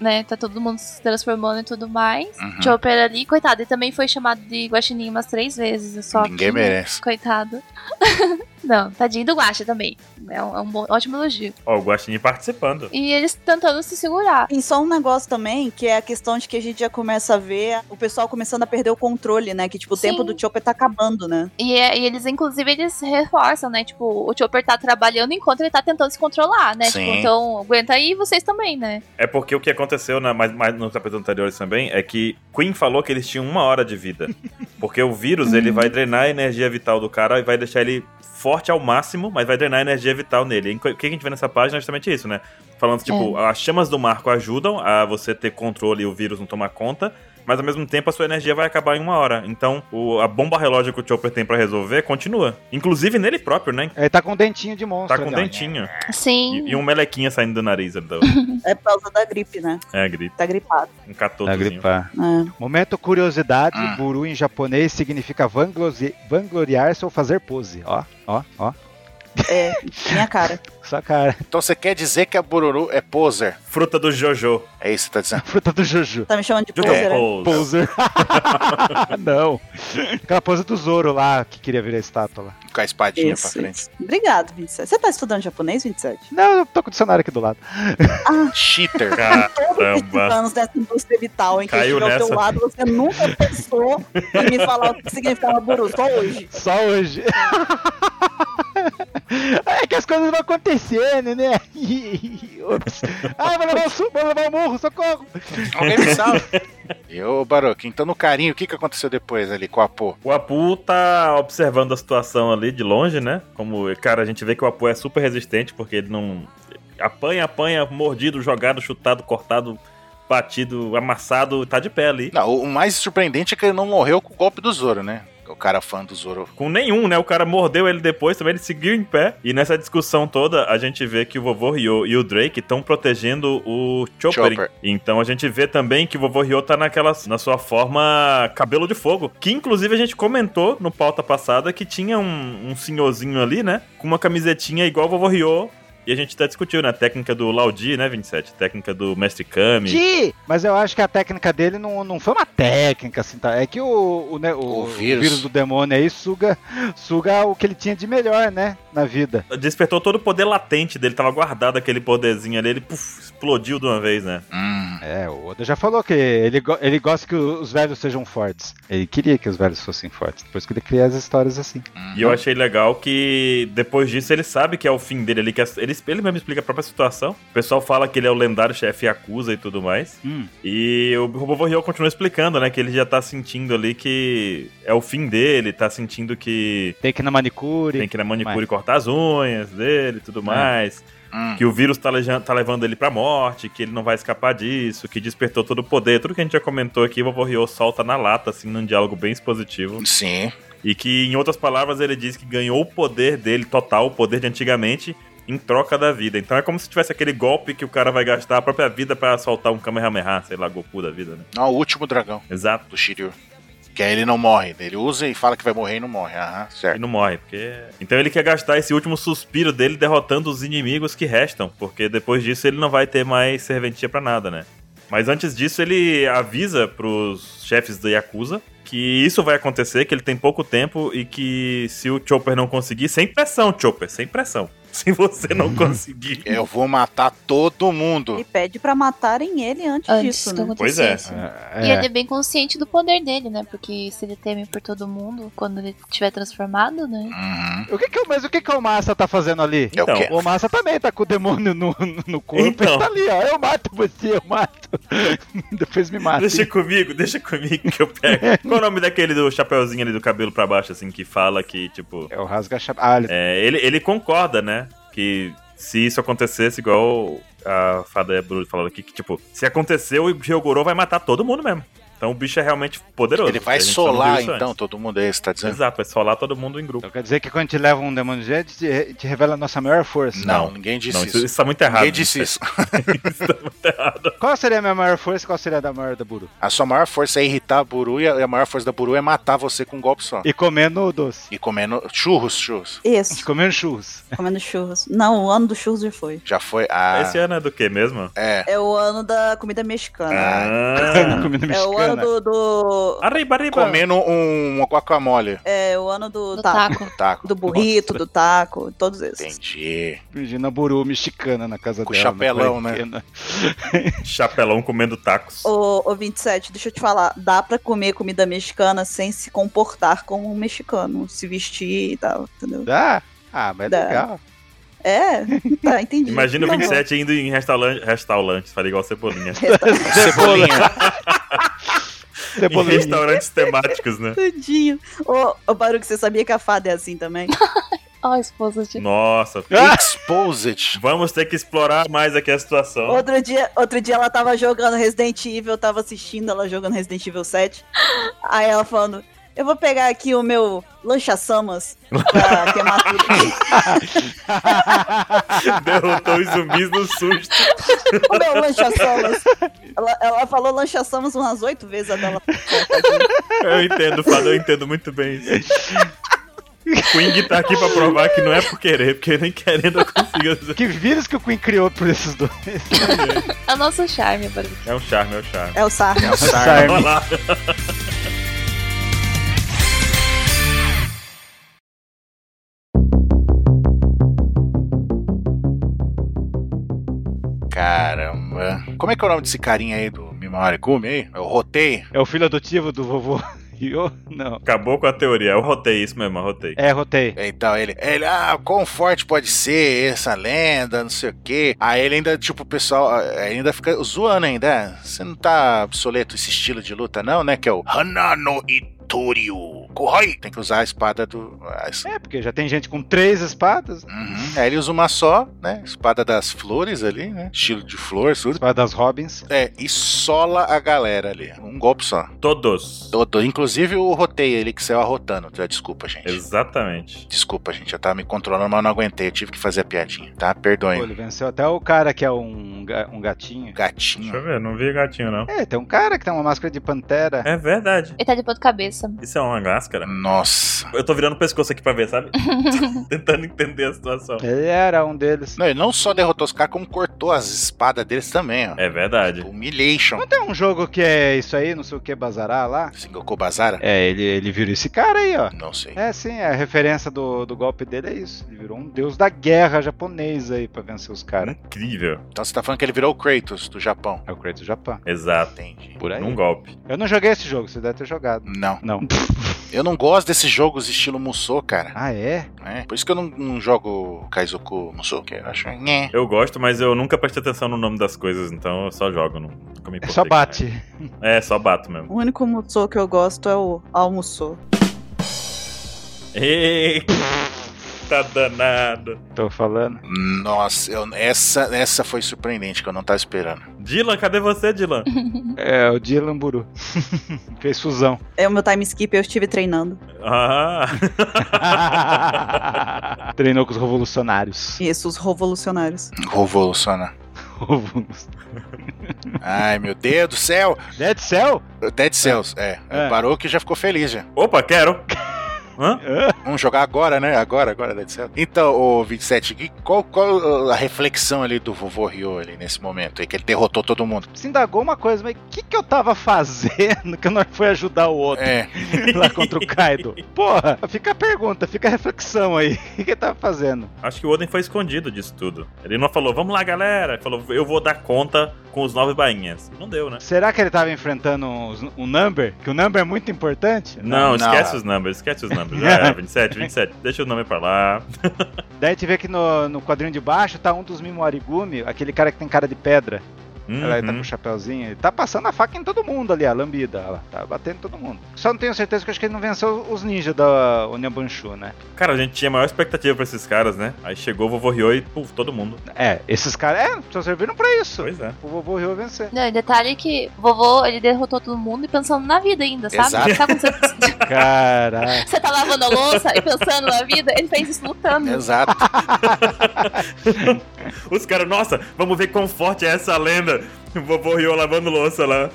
né? Tá todo mundo se transformando e tudo mais. Uhum. Chopper ali, coitado, ele também foi chamado de guaxinim umas três vezes, só Ninguém que, né, merece. Coitado. Não, tadinho do guaxa também. É um, é um bom- ótimo elogio. Ó, o Guaxinim participando. E eles tentando se segurar. Tem só um negócio também, que é a questão de que a gente já começa a ver o pessoal começando a perder o controle, né? Que, tipo, o Sim. tempo do Chopper tá acabando, né? E, é- e eles, inclusive, eles reforçam, né? Tipo, o Chopper tá trabalhando enquanto ele tá tentando se controlar, né? Sim. Tipo, então, aguenta aí vocês também, né? É porque o que aconteceu na, mais, mais nos capítulos anteriores também é que Queen falou que eles tinham uma hora de vida. Porque o vírus, ele vai drenar a energia vital do cara e vai deixar ele forte ao máximo, mas vai drenar a energia vital nele. E O que a gente vê nessa página é justamente isso, né? Falando, tipo, as chamas do marco ajudam a você ter controle e o vírus não tomar conta, mas ao mesmo tempo a sua energia vai acabar em uma hora. Então, o- a bomba relógio que o Chopper tem pra resolver continua. Inclusive nele próprio, né? Ele tá com um dentinho de monstro. Tá com ali, né? ó. dentinho. né? Sim. E, e um melequinha saindo do nariz. ali da- É por causa da gripe, né? É, gripe. Tá gripado. Um Tá catotozinho. gripar. É. Momento curiosidade, Ah. buru em japonês significa vanglosi- vangloriar-se ou fazer pose. Ó, ó, ó. É, minha cara. Só cara, Então você quer dizer que a Bururu é poser? Fruta do Jojo. É isso que você tá dizendo? fruta do Jojo. Tá me chamando de Jojo poser, né? Pose. Poser. Não. Aquela pose do Zoro lá, que queria virar estátua lá. Com a espadinha pra Isso, frente. isso. Obrigado, 27. Você tá estudando japonês, 27? Não, eu tô com o dicionário aqui do lado. Cheater. Todos esses Caramba. anos dessa indústria vital em que Caiu eu estive ao nessa. teu lado, você nunca pensou em me falar o que significava buru, só hoje. Só hoje. É que as coisas vão acontecendo, né? Ops. Ah, vou levar o su- vou levar o morro, socorro. Alguém me salva. E ô, Baroque, então no carinho, o que, que aconteceu depois ali com a Pô? O Apu tá observando a situação ali de longe, né? Como, cara, a gente vê que o Apu é super resistente, porque ele não. Apanha, apanha, mordido, jogado, chutado, cortado, batido, amassado, tá de pé ali. Não, o o mais surpreendente é que ele não morreu com o golpe do Zoro, né? O cara fã do Zoro. Com nenhum, né? O cara mordeu ele depois, também ele seguiu em pé. E nessa discussão toda, a gente vê que o vovô Ryo e o Drake estão protegendo o Chopper. Chopper. Então a gente vê também que o vovô Ryo tá naquela, na sua forma cabelo de fogo. Que inclusive a gente comentou no pauta passada que tinha um, um senhorzinho ali, né? Com uma camisetinha igual o vovô Ryo. E a gente até discutiu, né? A técnica do Laudi, né, 27? Técnica do Mestre Kami. Ti! Mas eu acho que a técnica dele não, não foi uma técnica, assim, tá? É que o, o, né, o- O o vírus. vírus. do demônio aí suga, suga o que ele tinha de melhor, né? Na vida. Despertou todo o poder latente dele. Tava guardado aquele poderzinho ali. Ele puf, explodiu de uma vez, né? Hum. É, o Oda já falou que ele, go- ele gosta que o- os velhos sejam fortes. Ele queria que os velhos fossem fortes. Por isso que ele cria as histórias assim. E eu achei legal que depois disso ele sabe que é o fim dele ali, que as- ele, ele mesmo explica a própria situação. O pessoal fala que ele é o lendário chefe acusa e tudo mais. E o Robô Rio continua explicando, né, que ele já tá sentindo ali que é o fim dele, tá sentindo que né, Tem que ir na manicure. tem que ir na manicure e cortar as unhas dele e tudo mais. Hum. Que o vírus tá, leja- tá levando ele pra morte, que ele não vai escapar disso, que despertou todo o poder. Tudo que a gente já comentou aqui, o vovô Ryo solta na lata, assim, num diálogo bem expositivo. Sim. E que, em outras palavras, ele diz que ganhou o poder dele, total, o poder de antigamente, em troca da vida. Então é como se tivesse aquele golpe que o cara vai gastar a própria vida pra soltar um Kamehameha, sei lá, Goku da vida, né? Não, o último dragão Exato. do Shiryu. Que aí ele não morre. né? Ele usa e fala que vai morrer e não morre. Aham, E certo. não morre, porque. Então ele quer gastar esse último suspiro dele derrotando os inimigos que restam, porque depois disso ele não vai ter mais serventia pra nada, né? Mas antes disso ele avisa pros chefes da Yakuza que isso vai acontecer, que ele tem pouco tempo e que se o Chopper não conseguir, sem pressão, Chopper, sem pressão. Se você Uhum. não conseguir. Eu vou matar todo mundo. E pede pra matarem ele antes, Antes disso, que né? Pois é. acontecesse. É, E ele é bem consciente do poder dele, né? Porque se ele teme por todo mundo, quando ele tiver transformado, né? Uhum. O que que, o- mas o que que o Massa tá fazendo ali? É o Então, quê? O Massa também tá com o demônio no, no corpo Então. e tá ali, ó. Eu mato você, eu mato. Depois me mata. Deixa comigo, deixa comigo que eu pego. Qual o nome daquele do chapeuzinho ali do cabelo pra baixo, assim, que fala que, tipo. É o rasga chapa. Ah, ele- É, ele, ele concorda, né? Que se isso acontecesse, igual a Fada Bruno falou aqui, que tipo, se aconteceu, o Ryogoro vai matar todo mundo mesmo. Então o bicho é realmente poderoso. Ele vai A gente só não viu solar, isso então, antes. todo mundo é esse, tá dizendo? Exato, vai solar todo mundo em grupo. Então quer dizer que quando te leva um demônio de jeito, te, te revela a nossa maior força. Não, ninguém disse Não, isso, isso. isso tá muito errado. Ninguém disse gente. isso. Isso tá muito errado. Qual seria a minha maior força e qual seria a da maior da Buru? A sua maior força é irritar a Buru e a e a maior força da Buru é matar você com um golpe só. E comendo o doce. E comendo churros, churros. E Isso, comendo churros. comendo churros. Não, o ano do churros já foi. Já foi. Ah, Esse ano é do que mesmo? é. É o ano da comida mexicana. Ah. comendo é o ano mexicana. do. do- Arriba, arriba. Comendo um guacamole. é o ano do, Do taco. taco. Taco. Do burrito, do taco, todos esses. Entendi. Imagina a Buru mexicana na casa Com dela. na chapelão, né? quarentena. Chapelão comendo tacos. Ô, ô 27, deixa eu te falar, dá pra comer comida mexicana sem se comportar como um mexicano, se vestir e tal, entendeu? Dá? Ah, mas é Dá. legal. É, tá, entendi. Imagina o Tá bom. 27 indo em restaurante, restaurantes, falei igual Cebolinha. Cebolinha. em Cebolinha. restaurantes temáticos, né? Tadinho. Ô, ô Baruque, você sabia que a fada é assim também? Então. Ó, a esposa de. Nossa, Exposed. Vamos ter que explorar mais aqui a situação. Outro dia, outro dia ela tava jogando Resident Evil, eu tava assistindo ela jogando Resident Evil 7. Aí ela falando, eu vou pegar aqui o meu lancha samas pra queimar tudo. Derrotou os zumbis no susto. o meu lancha samas. Ela, ela falou lancha samas umas oito vezes até ela Eu entendo, Fado, eu entendo muito bem isso. Queen tá aqui pra provar que não é por querer, porque nem querendo eu consigo. fazer. Que vírus que o Queen criou por esses dois? É o nosso charme, Baruch. É um charme, é um charme. É o Sarna. Sarme. Olha lá. Caramba. Como é que é o nome desse carinha aí do Mimawarigumi aí? Eu rotei. É o filho adotivo do vovô Ryo? Não. Acabou com a teoria. Eu rotei isso mesmo, eu rotei. É, rotei. Então ele, ele, ah, quão forte pode ser essa lenda, não sei o quê. Aí ele ainda, tipo, o pessoal ah, ainda fica zoando ainda. "Ah, Você não tá obsoleto esse estilo de luta, não, né? Que é o Hanano Itoryu. Kohai. Tem que usar a espada do. a es- É, porque já tem gente com três espadas. Uhum. Aí ele usa uma só, né? Espada das flores ali, né? Estilo de flor, tudo. Espada das Robins. É, e sola a galera ali. Um golpe só. Todos. Todo, inclusive o roteio ali que saiu arrotando. tá? Desculpa, gente. Exatamente. Desculpa, gente. Eu tava me controlando, mas eu não aguentei. Eu tive que fazer a piadinha, tá? Pô, Perdoem. ele venceu até o cara que é um, ga- um gatinho. Deixa eu Gatinho. ver, não vi gatinho, não. É, tem um cara que tem uma máscara de pantera. É verdade. Ele tá de ponta cabeça. Isso é uma máscara. Nossa. Eu tô virando o pescoço aqui pra ver, sabe? Tentando entender a situação. Ele era um deles. Não, ele não só derrotou os caras, como cortou as espadas deles também, ó. Tipo, É verdade. Humiliation. Não tem um jogo que é isso aí, não sei o que, Bazará lá? Singoku Bazara? É, ele, ele virou esse cara aí, ó. Não sei. É, sim, a referência do, do golpe dele é isso. Ele virou um deus da guerra japonês aí pra vencer os caras. Incrível. Então você tá falando que ele virou o Kratos do Japão. É o Kratos do Japão. Exato. Entendi. Por aí. Num golpe. Eu não joguei esse jogo, você deve ter jogado. Não. Não. Eu não gosto desses jogos estilo Musou, cara. Ah, é? né? Por isso que eu não, não jogo Kaizoku Musou, que eu acho. né? Nhé. Eu gosto, mas eu nunca prestei atenção no nome das coisas, então eu só jogo, não, nunca me É importei. só bate. É, só bato mesmo. O único mussou que eu gosto é o almoçou. E... Tá danado. Tô falando. Nossa, eu- essa, essa foi surpreendente, que eu não tava esperando. Dylan, cadê você, Dylan? É, o Dylan Buru. Fez fusão. É o meu time skip, eu estive treinando. Ah, Treinou com os revolucionários. E esses revolucionários. Revoluciona. Revoluc- Ai, meu Deus do céu! Dead Cell? Dead Cells, é. É. Parou que já ficou feliz já. opa, quero. Hã? Hã? Vamos jogar agora, né? Agora, agora, Dead Cells. Então, ô 27, que- qual, qual a reflexão ali do vovô Ryo ali nesse momento aí? Que ele derrotou todo mundo. Se indagou uma coisa, mas o que, que eu tava fazendo que eu não fui ajudar o outro É, lá contra o Kaido? Porra, fica a pergunta, fica a reflexão aí. O que, que ele tava fazendo? Acho que o Oden foi escondido disso tudo. Ele não falou, vamos lá, galera. Ele falou, eu vou dar conta com os nove bainhas. Não deu, né? Será que ele tava enfrentando uns- um, number? Que o number é muito importante? Não, Não. esquece os números, esquece os É, números. Já era, 27, 27. Deixa o número pra lá. Daí a gente vê que no, no quadrinho de baixo tá um dos Mimorigumi, aquele cara que tem cara de pedra. Ela tá com Uhum. o chapéuzinho. Ele tá passando a faca em todo mundo ali, a lambida. Ela tá batendo em todo mundo. Só não tenho certeza que eu acho que ele não venceu os ninjas da Onyabanshu, né? Cara, a gente tinha a maior expectativa pra esses caras, né? Aí chegou o vovô Ryo e, puf, todo mundo. É, esses caras, é, só serviram pra isso. Pois é. O vovô Ryo vencer. Não, e detalhe que vovô, ele derrotou todo mundo e pensando na vida ainda, sabe? Exato. Sabe quando você, Caraca. você tá lavando a louça e pensando na vida? Ele fez isso lutando. exato. Os caras, nossa, vamos ver quão forte é essa lenda. O vovô Ryo lavando louça lá.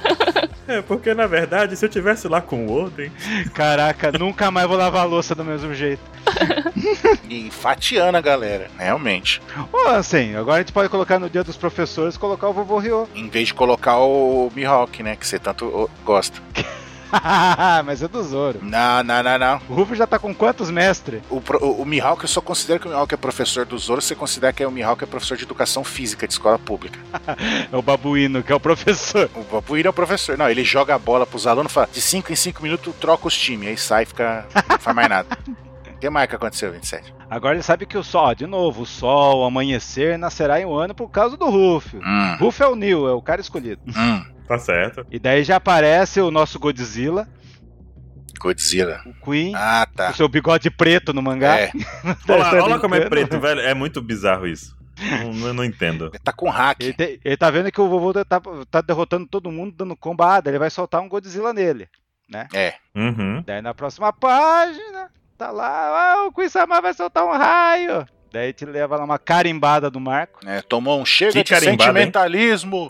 é, porque na verdade, se eu tivesse lá com o Oden. Caraca, nunca mais vou lavar a louça do mesmo jeito. E fatiando a galera, realmente. Ô, assim, agora a gente pode colocar no dia dos professores colocar o vovô Ryo. Em vez de colocar o Mihawk, né? Que você tanto ô, gosta. Mas é do Zoro. Não, não, não, não. O Ruffy já tá com quantos mestres? O, pro- o, o Mihawk, eu só considero que o Mihawk é professor do Zoro, você considera que é o Mihawk é professor de educação física de escola pública. É o babuíno, que é o professor. O Babuíra é o professor. Não, ele joga a bola pros alunos e fala: de 5 em 5 minutos troca os times. Aí sai, fica. Não faz mais nada. O que mais que aconteceu, 27? Agora ele sabe que o sol, ó, de novo, o sol, o amanhecer, nascerá em um ano por causa do Ruffy. Hum, Ruff é o Neil, é o cara escolhido. hum. Tá certo. E daí já aparece o nosso Godzilla, Godzilla. o Queen, Ah, com tá. seu bigode preto no mangá. É, Olha lá, Tá olha lá como é brincando. preto, velho. É muito bizarro isso. Não, eu não entendo. ele tá com hack. Ele, te- ele tá vendo que o vovô tá, tá derrotando todo mundo, dando combada. Ele vai soltar um Godzilla nele. Uhum. Daí na próxima página, tá lá, ah, o Queen-sama vai soltar um raio. Daí te leva lá uma carimbada do Marco. né? Tomou um chega Que de carimbado, hein? Uhum. sentimentalismo.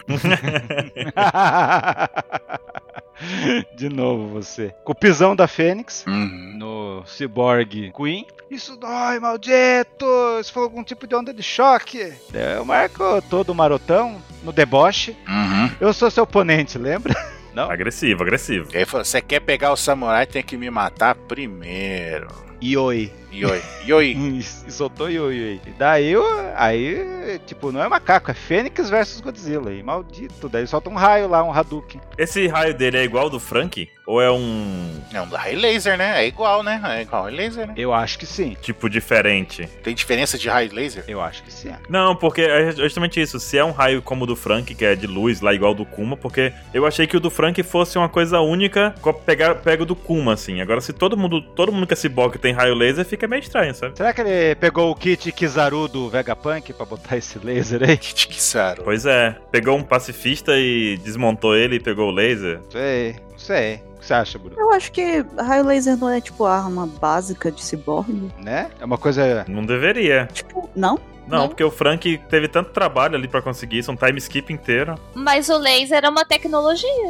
de novo você. Cupizão da Fênix. Uhum. no Cyborg Queen. Isso dói, maldito! Isso foi algum tipo de onda de choque. É, o Marco todo marotão, no deboche. Uhum. Eu sou seu oponente, lembra? Agressivo, agressivo. E aí falou: você quer pegar o samurai, tem que me matar primeiro. Ioi. Yoi. Yoi. E soltou Ioi, Ioi. E daí, o- aí, tipo, não é macaco, é Fênix versus Godzilla. E maldito, daí solta um raio lá, um Hadouken. Esse raio dele é igual ao do Frank? Ou é um É um raio laser, né? É igual, né? É igual raio laser, né? Eu acho que sim, tipo diferente? Tem diferença de raio laser? eu acho que sim. Não, porque é justamente isso. Se é um raio como o do Frank, que é de luz lá igual ao do Kuma, porque eu achei que o do Frank fosse uma coisa única, co- pegar, pega o do Kuma, assim. Agora, se todo mundo, todo mundo que é cyborg tem raio laser, fica meio estranho, sabe? Será que ele pegou o kit Kizaru do Vegapunk pra botar esse laser aí? Que tiquiçaro. Pois é, pegou um pacifista e desmontou ele e pegou o laser. Não sei, não sei. O que você acha, Bruno? Eu acho que raio laser não é tipo a arma básica de ciborgue. Né? É uma coisa Não deveria. Tipo, não? Não, Não. porque o Frank teve tanto trabalho ali pra conseguir isso, um time skip inteiro. Mas o laser é uma tecnologia.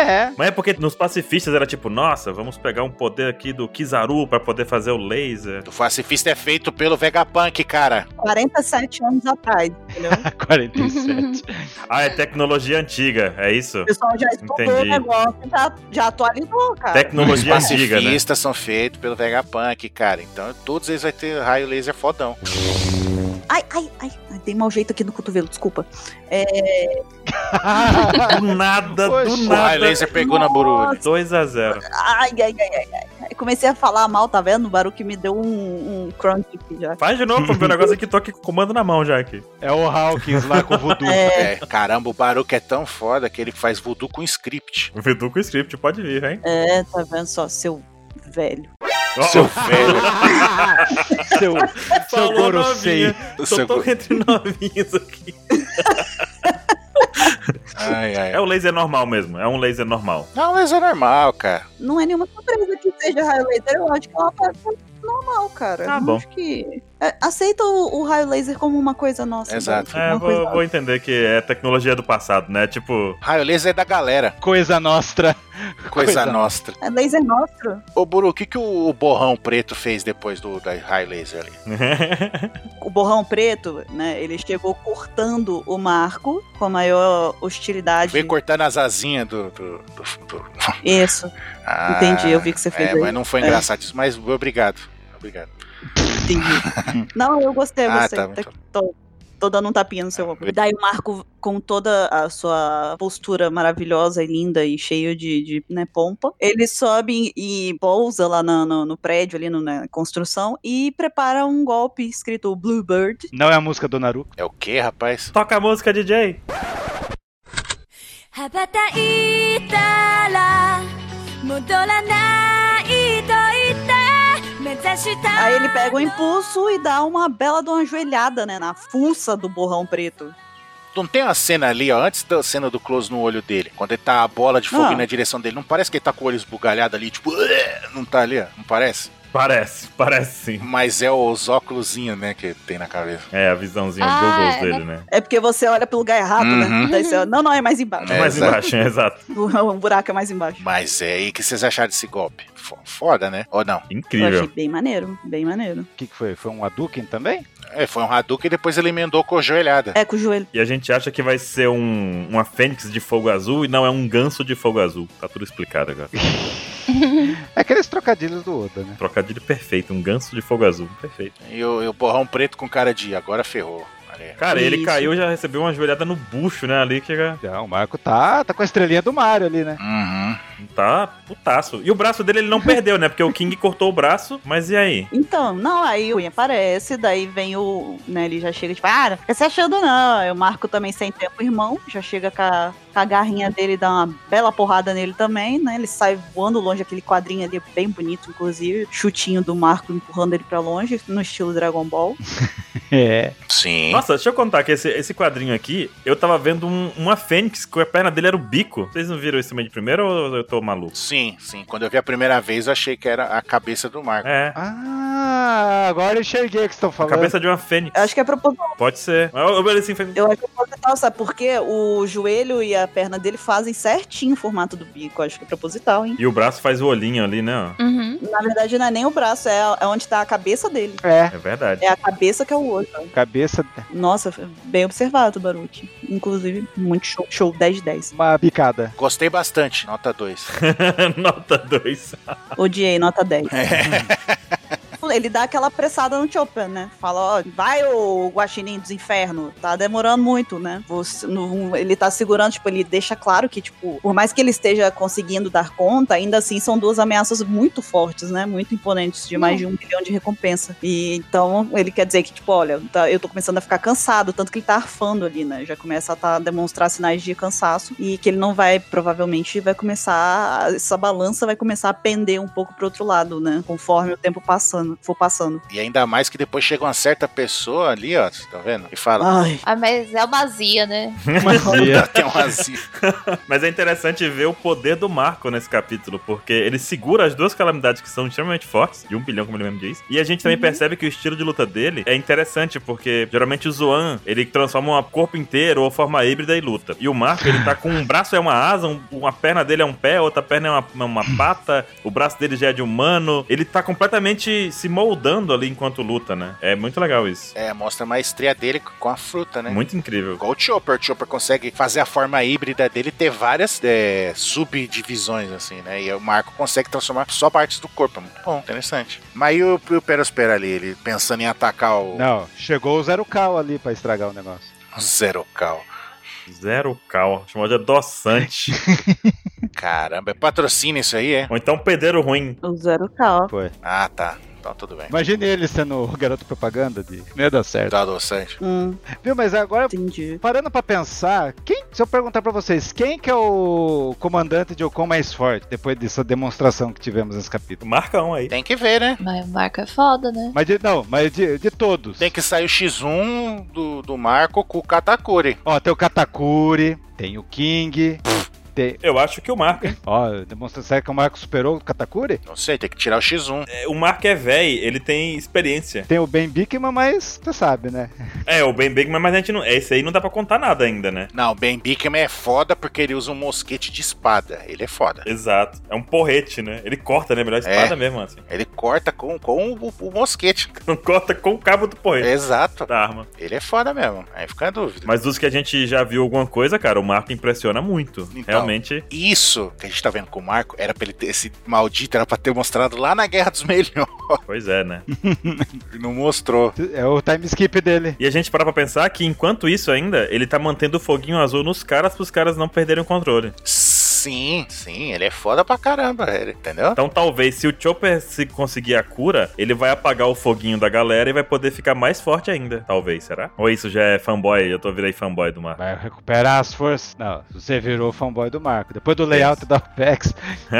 É. Mas é porque nos pacifistas era tipo, nossa, vamos pegar um poder aqui do Kizaru pra poder fazer o laser. O pacifista é feito pelo Vegapunk, cara. 47 anos atrás, entendeu? 47. Ah, é tecnologia antiga, é isso? O pessoal já estudou Entendi. o negócio, já, já atualizou, cara. Os Tecnologia antiga, né? pacifistas são feitos pelo Vegapunk, cara. Então todos eles vão ter raio laser fodão. Ai, ai, ai, ai, dei mau jeito aqui no cotovelo, desculpa. É, Do nada, do Poxa. O raio nada. laser pegou na burulha. 2 a 0 ai, ai, ai, ai, ai, ai. Comecei a falar mal, tá vendo? O Baru que me deu um, um crunch aqui já. Faz de novo, porque o negócio aqui tô aqui com o comando na mão já aqui. é o Hawkins lá com o voodoo. É, É, caramba, o Baruch é tão foda que ele faz voodoo com script. O Vidu com o script, pode vir, hein? é, tá vendo só, seu velho. Seu velho. seu seu Falou Gorosei. novinha. O Só seu tô go- entre novinhos aqui. Ai, ai. É o laser normal mesmo, é um laser normal. Não, mas é normal, cara. Não é nenhuma surpresa que seja raio laser. Eu acho que é uma parada normal, cara. Tá Não bom. Acho que... é, aceita o, o raio laser como uma coisa nossa. Exato. sabe? É, Uma coisa- vou, vou entender que é tecnologia do passado, né? Tipo, Raio laser é da galera. Coisa nostra. Coisa Coisa nostra. É laser nosso. Ô, Buru, o que, que o borrão preto fez depois do da raio laser ali? O borrão preto, né? Ele chegou cortando o Marco com a maior hostilidade. Veio cortando as asinhas do. do, do- do- Isso. Ah, Entendi, eu vi que você fez É, aí. mas não foi engraçado isso, mas obrigado. Obrigado. Entendi. Não, eu gostei, eu Ah, gostei. tá bom, Tá- tá tô, tô dando um tapinha no Ah, seu ombro. Daí o Marco, com toda a sua postura maravilhosa e linda e cheio de, de, né, pompa, ele sobe e pousa lá na- no, no prédio, ali no- na construção, e prepara um golpe escrito Bluebird. Não é a música do Naruto. É o quê, rapaz? toca a música, DJ. 羽ばたいたら戻らないと言って目指した Aí ele pega o impulso e dá uma bela de uma joelhada, né, na fuça do borrão preto. Não tem uma cena ali, ó, antes da cena do close no olho dele, quando ele tá a bola de fogo Ah. indo na direção dele, não parece que ele tá com o olho esbugalhado ali, tipo, "Ué", não tá ali, ó, não parece? Parece, parece sim. Mas é os óculosinhos, né, que tem na cabeça. É, a visãozinha Ah, Google é, dele, né? É porque você olha pro lugar errado, né? Uhum. Daí você, olha, não, não, é mais embaixo. É, mais exato. embaixo, é, exato. O buraco é mais embaixo. Mas é, e o que vocês acharam desse golpe? Fo- Foda, né? Ou não? Eu achei Incrível. bem maneiro, bem maneiro. O que, que foi? Foi um Hadouken também? É, foi um Hadouken e depois ele emendou com a joelhada. É, com o joelho. E a gente acha que vai ser um, uma fênix de fogo azul e não é um ganso de fogo azul. Tá tudo explicado agora. É aqueles trocadilhos do Oda, né? Trocadilho perfeito, um ganso de fogo azul. Perfeito. E o, e o borrão preto com cara de agora ferrou. Olha aí. Cara, ele Isso. caiu e já recebeu uma joelhada no bucho, né? Ali que já Não, o Marco tá, tá com a estrelinha do Mario ali, né? Uhum. tá putaço. E o braço dele ele não perdeu, né? Porque o King cortou o braço, mas e aí? Então, não, aí o Cunha aparece, daí vem o. Né, ele já chega, tipo, ah, fica se achando não. Aí o Marco também sem tempo, irmão, já chega com a, com a garrinha dele e dá uma bela porrada nele também, né? Ele sai voando longe, aquele quadrinho ali é bem bonito, inclusive. Chutinho do Marco empurrando ele pra longe, no estilo Dragon Ball. É. Sim. Nossa, deixa eu contar que esse, esse quadrinho aqui, eu tava vendo um- uma fênix que a perna dele era o bico. Vocês não viram isso meio de primeiro ou eu tô maluco? Sim, sim. Quando eu vi a primeira vez, eu achei que era a cabeça do Marco. É. Ah, agora eu enxerguei o que estão A falando. cabeça de uma fênix. Eu acho que é proposital. Pode ser. Eu, eu, assim, foi- Eu acho que é proposital, sabe por quê? O joelho e a perna dele fazem certinho o formato do bico. eu Acho que é proposital, hein? E o braço faz o olhinho ali, né? Uhum. Na verdade, não é nem o braço, é, é onde tá a cabeça dele. É, É verdade. É a cabeça que é o olho. cabeça, Nossa, é bem observado, Baruch. Inclusive, muito show, show 10 de 10. uma picada. Gostei bastante, nota 2. Nota 2. Odiei, nota 10. Ele dá aquela apressada no Chopin, né? Fala, ó, vai o guaxinim dos infernos, tá demorando muito, né? Você- não- ele tá segurando, tipo, ele deixa claro que, tipo, por mais que ele esteja conseguindo dar conta, ainda assim são duas ameaças muito fortes, né? Muito imponentes, de mais de um milhão de recompensa. E então ele quer dizer que, tipo, olha, tá- eu tô começando a ficar cansado, tanto que ele tá arfando ali, né? Já começa a tá- demonstrar sinais de cansaço e que ele não vai, provavelmente, vai começar, a- essa balança vai começar a pender um pouco pro outro lado, né? Conforme o tempo passando, for passando. E ainda mais que depois chega uma certa pessoa ali, ó, cê tá vendo? E fala, Ai, Ah, mas é uma zia, né? "Puta, tem um vazio. Mas é interessante ver o poder do Marco nesse capítulo, porque ele segura as duas calamidades que são extremamente fortes, de um bilhão, como ele mesmo diz. E a gente também percebe que o estilo de luta dele é interessante, porque geralmente o Zoan, ele transforma um corpo inteiro ou forma híbrida e luta. E o Marco, ele tá com um braço é uma asa, um- uma perna dele é um pé, outra perna é uma, é uma pata, o braço dele já é de humano. Ele tá completamente se moldando ali enquanto luta, né? É muito legal isso. É, mostra a maestria dele com a fruta, né? Muito incrível. Igual o Chopper, o Chopper consegue fazer a forma híbrida dele e ter várias é, subdivisões, assim, né? E o Marco consegue transformar só partes do corpo. é Muito bom, interessante. Mas e o, e o Perospera ali, ele pensando em atacar o Não, chegou o Zero Cal ali pra estragar o negócio. o Zero Cal. Zero cal. Chamou de adoçante. Caramba, é patrocínio isso aí, é? Ou então pedreiro ruim. o zero K, ó. Foi. Ah, tá. Então tudo bem. Imagine ele sendo o garoto propaganda de. Não ia dar certo. Dado certo. Hum, Viu, mas agora, entendi. parando pra pensar, quem. Se eu perguntar pra vocês, quem que é o comandante de Ocon mais forte depois dessa demonstração que tivemos nesse capítulo? Marca um aí. Tem que ver, né? Mas o Marco é foda, né? Mas de, não, mas de, de todos. Tem que sair o X1 do, do Marco com o Katakuri. Ó, tem o Katakuri, tem o King. Tem, Eu acho que o Marco. ó, demonstra será que é o Marco superou o Katakuri? Não sei, tem que tirar o X1. é, O Marco é velho, ele tem experiência. Tem o Ben Bickman, mas você sabe, né? É, o Ben Bigman, mas a gente não. é, Esse aí não dá pra contar nada ainda, né? Não, o Ben Bickman é foda porque ele usa um mosquete de espada. Ele é foda. Exato. É um porrete, né? Ele corta, né? Melhor espada É. mesmo, assim. Ele corta com, com o, o mosquete. Não corta com o cabo do porrete Exato. da arma. Ele é foda mesmo. Aí fica a dúvida. Mas dos que a gente já viu alguma coisa, cara, o Marco impressiona muito. Então. Realmente. Isso que a gente tá vendo com o Marco era pra ele ter esse maldito, era pra ter mostrado lá na Guerra dos Melhores. Pois é, né? E não mostrou. É o time skip dele. E a gente para pra pensar que enquanto isso ainda, ele tá mantendo o foguinho azul nos caras pros caras não perderem o controle. Sim, sim, ele é foda pra caramba, ele, entendeu? Então talvez se o Chopper se conseguir a cura, ele vai apagar o foguinho da galera e vai poder ficar mais forte ainda. Talvez, será? Ou isso já é fanboy? Eu tô virei fanboy do Marco. Vai recuperar as forças. Não, você virou fanboy do Marco. Depois do layout da Apex.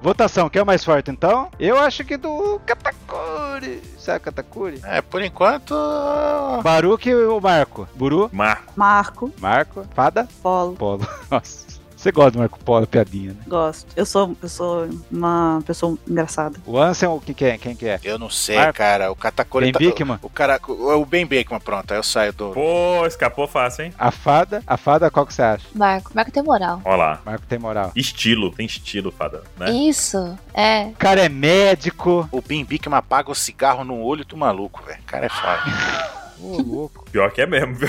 Votação, quem é o mais forte então? Eu acho que do Katakuri. Sabe o Katakuri? É, por enquanto. Baruque e o Marco. Buru, Marco. Marco, Marco, Fada, Polo, Polo. Nossa. Você gosta do Marco Polo, piadinha, né? gosto. Eu sou, eu sou uma pessoa engraçada. O Ansem, o que que é? Quem que é? Eu não sei, Marco. cara. O Katakuri Ben Bickman. O, o cara. O Ben Bickman, pronto. Aí eu saio do. Pô, escapou fácil, hein? A Fada, a Fada, qual que você acha? Marco. Marco tem moral. Ó lá. Marco tem moral. Estilo, tem estilo, fada, né? Isso, é. O cara é médico. O Ben Bickman apaga o cigarro no olho do maluco, velho. O cara é foda. Ô, louco. Pior que é mesmo, viu?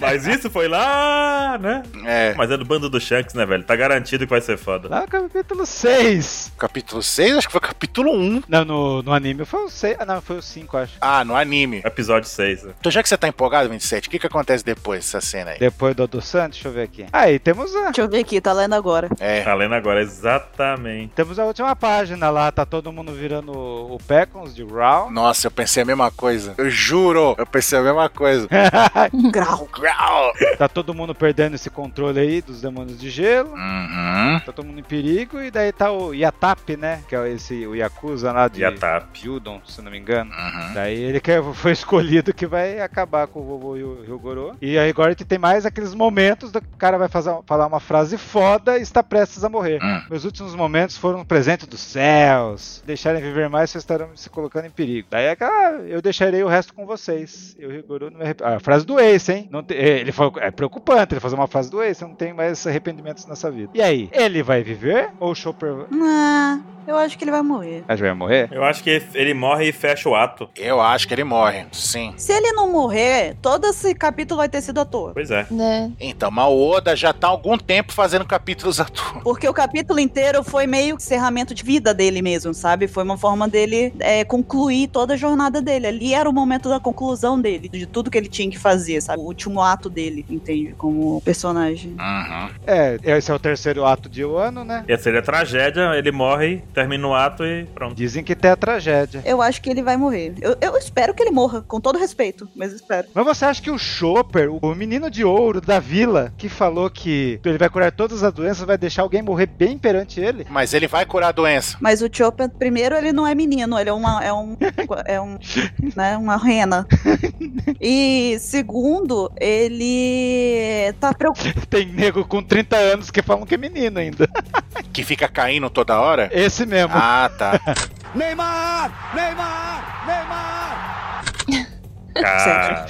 Mas isso foi lá, né? é. Mas é do bando do Shanks, né, velho? Tá garantido que vai ser foda. Lá no capítulo 6. Capítulo 6, acho que foi capítulo 1. Não, no, no anime foi o 6. Ah, não, foi o 5, acho. Ah, no anime. Episódio 6. né? Então já que você tá empolgado, 27, o que que acontece depois dessa cena aí? Depois do do Santos, deixa eu ver aqui. Aí temos a, Deixa eu ver aqui, tá lendo agora. É. Tá lendo agora, exatamente. temos a última página lá, tá todo mundo virando o, o Pecons de Round. Nossa, eu pensei a mesma coisa. Eu juro, eu pensei a mesma coisa. É. Um grau. Grau! tá todo mundo perdendo esse controle aí dos demônios de gelo. Uhum. Tá todo mundo em perigo e daí tá o Yatap, né? Que é esse o Yakuza lá de E a TAP. Pyudon, se não me engano. Uhum. Daí ele que foi escolhido que vai acabar com o vovô Ryu- Ryogoro. E aí agora a gente tem mais aqueles momentos do que o cara vai fazer- um, falar uma frase foda e está prestes a morrer. Hum. Meus últimos momentos foram um presente dos céus. Deixarem viver mais, vocês estarão se colocando em perigo. Daí é aquela, eu deixarei o resto com vocês. Eu Ryogoro não me arrep... ah, a frase do Ace, hein? Não te- eh, Ele falou, é preocupante ele fazer uma frase do Ace, eu não tenho mais arrependimentos nessa vida. E aí, ele vai viver ou o Chopper Ah, eu acho que ele vai morrer. Acho que vai morrer? Eu acho que ele morre e fecha o ato. Eu acho que ele morre, sim. Se ele não morrer, todo esse capítulo vai ter sido à toa. Pois é. Né? Então, mas o Oda já tá há algum tempo fazendo capítulos à toa. Porque o capítulo inteiro foi meio que encerramento de vida dele mesmo, sabe? Foi uma forma dele é, concluir toda a jornada dele. Ali era o momento da conclusão dele, de tudo que ele tinha que fazer, sabe? O último ato dele, entende? Como personagem. Uhum. É, esse é o terceiro ato de Wano, né? Essa seria a tragédia, ele morre, termina o ato e pronto. Dizem que tem a tragédia. Eu acho que ele vai morrer. Eu, eu espero que ele morra, com todo respeito, mas espero. Mas você acha que o Chopper, o menino de ouro da vila, que falou que ele vai curar todas as doenças, vai deixar alguém morrer bem perante ele? Mas ele vai curar a doença. Mas o Chopper, primeiro, ele não é menino, ele é uma. É um. É um. Né, uma rena. E segundo, ele tá preocupado. Tem nego com 30 anos que falam que é menino ainda. Que fica caindo toda hora? Esse mesmo. Ah, tá. Neymar! Neymar! Neymar! Cara,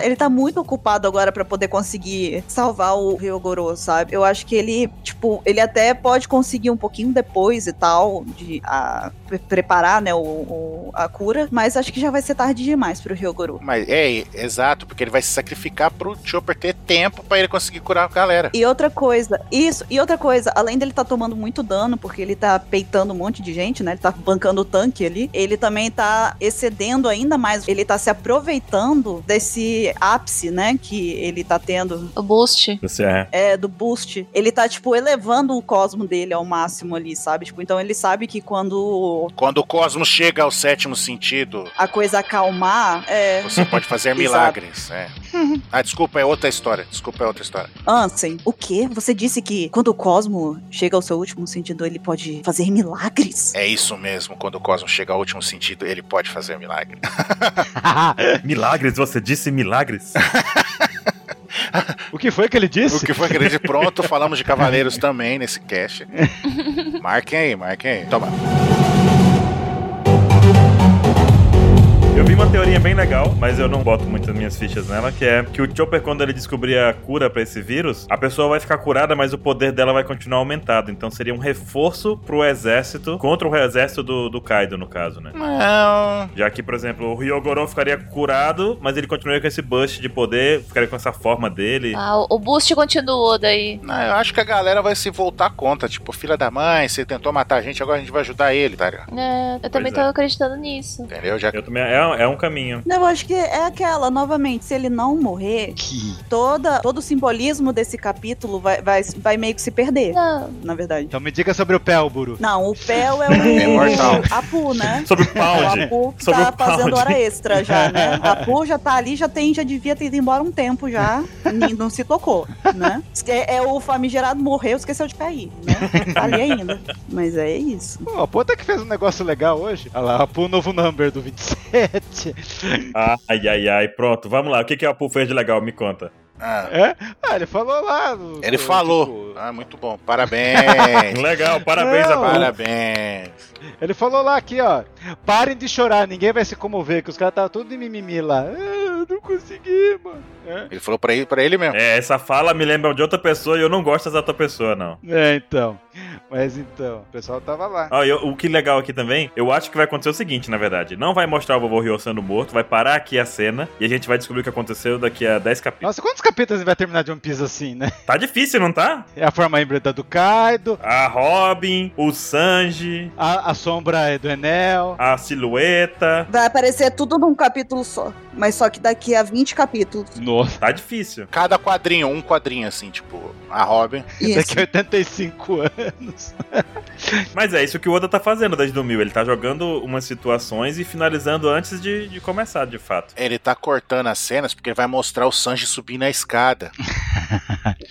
Ele tá muito ocupado agora pra poder conseguir salvar o Ryogoro, sabe? Eu acho que ele, tipo, ele até pode conseguir um pouquinho depois e tal, de a, pre- preparar, né, o, o- a cura, mas acho que já vai ser tarde demais pro Ryogoro. Mas é, exato, porque ele vai se sacrificar pro Chopper ter tempo pra ele conseguir curar a galera. E outra coisa, isso, e outra coisa, além dele tá tomando muito dano, porque ele tá peitando um monte de gente, né? Ele tá bancando o tanque ali, ele também tá excedendo ainda mais, ele tá se aproveitando desse ápice, né, que ele tá tendo O boost. Você é. é, do boost, ele tá, tipo, elevando o cosmo dele ao máximo ali, sabe? Tipo, então ele sabe que quando Quando o cosmos chega ao sétimo sentido, a coisa acalmar, é. você pode fazer Exato. milagres. é. Ah, desculpa, é outra história. Desculpa, é outra história. Ansem, o quê? Você disse que quando o cosmo chega ao seu último sentido, ele pode fazer milagres? É isso mesmo, quando o cosmos chega ao último sentido, ele pode fazer milagre. Milagres, você disse milagres? o que foi que ele disse? O que foi que ele disse? Pronto, falamos de cavaleiros também nesse cast. Marquem aí, marquem aí. Toma. Eu vi uma teoria bem legal, mas eu não boto muitas minhas fichas nela, que é que o Chopper, quando ele descobrir a cura pra esse vírus, a pessoa vai ficar curada, mas o poder dela vai continuar aumentado. Então seria um reforço pro exército, contra o exército do, do Kaido, no caso, né? Não. Já que, por exemplo, o Ryogoro ficaria curado, mas ele continuaria com esse boost de poder, ficaria com essa forma dele. Ah, o- o boost continuou daí. Não, eu acho que a galera vai se voltar contra. Tipo, filha da mãe, você tentou matar a gente, agora a gente vai ajudar ele, tá ligado? É, eu também Pois tô é. acreditando nisso. Entendeu? Já Eu também, é, é um caminho. Não, eu acho que é aquela, novamente, se ele não morrer, toda, todo o simbolismo desse capítulo vai, vai, vai meio que se perder, Não, na verdade. Então me diga sobre o Pélburo. Não, o Pel é o É mortal. Apu, né? Sobre o O Pound. Apu que Sobre tá o Pound. fazendo hora extra já, né? O Apu já tá ali, já tem, já devia ter ido embora um tempo já. nem- Não se tocou, né? É, é o famigerado morreu, esqueceu de cair, né? Tá ali ainda. Mas é isso. Pô, a puta que fez um negócio legal hoje. Olha lá, pô, o novo number do 27. Ai, ai, ai. Pronto, vamos lá. O que, que a Apu fez de legal? Me conta. Ah, É? Ah, ele falou lá. no- ele no- tipo, falou. Ah, muito bom. Parabéns. Legal, parabéns, Não. Apu. Parabéns. tipo, ele falou lá aqui, ó. Parem de chorar, ninguém vai se comover, que os caras estavam tudo de mimimi lá. Ah, eu não consegui, mano. É, Ele falou pra ele, pra ele mesmo. É, essa fala me lembra de outra pessoa e eu não gosto dessa outra pessoa, não. É, então. Mas então, o pessoal tava lá. Ó, eu- o que legal aqui também, eu acho que vai acontecer o seguinte, na verdade. Não vai mostrar o vovô Ryo sendo morto, vai parar aqui a cena e a gente vai descobrir o que aconteceu daqui a 10 capítulos. Nossa, quantos capítulos ele vai terminar de One Piece assim, né? Tá difícil, não tá? É a forma híbrida do Kaido, A Robin, o Sanji, a, a sombra é do Enel. a silhueta. Vai aparecer tudo num capítulo só. Mas só que daqui a 20 capítulos. Nossa. Tá difícil. Cada quadrinho, um quadrinho assim, tipo, a Robin. Isso. Daqui a 85 anos. Mas é isso que o Oda tá fazendo desde o mil. Ele tá jogando umas situações e finalizando antes de, de começar, de fato. Ele tá cortando as cenas porque ele vai mostrar o Sanji subindo a escada.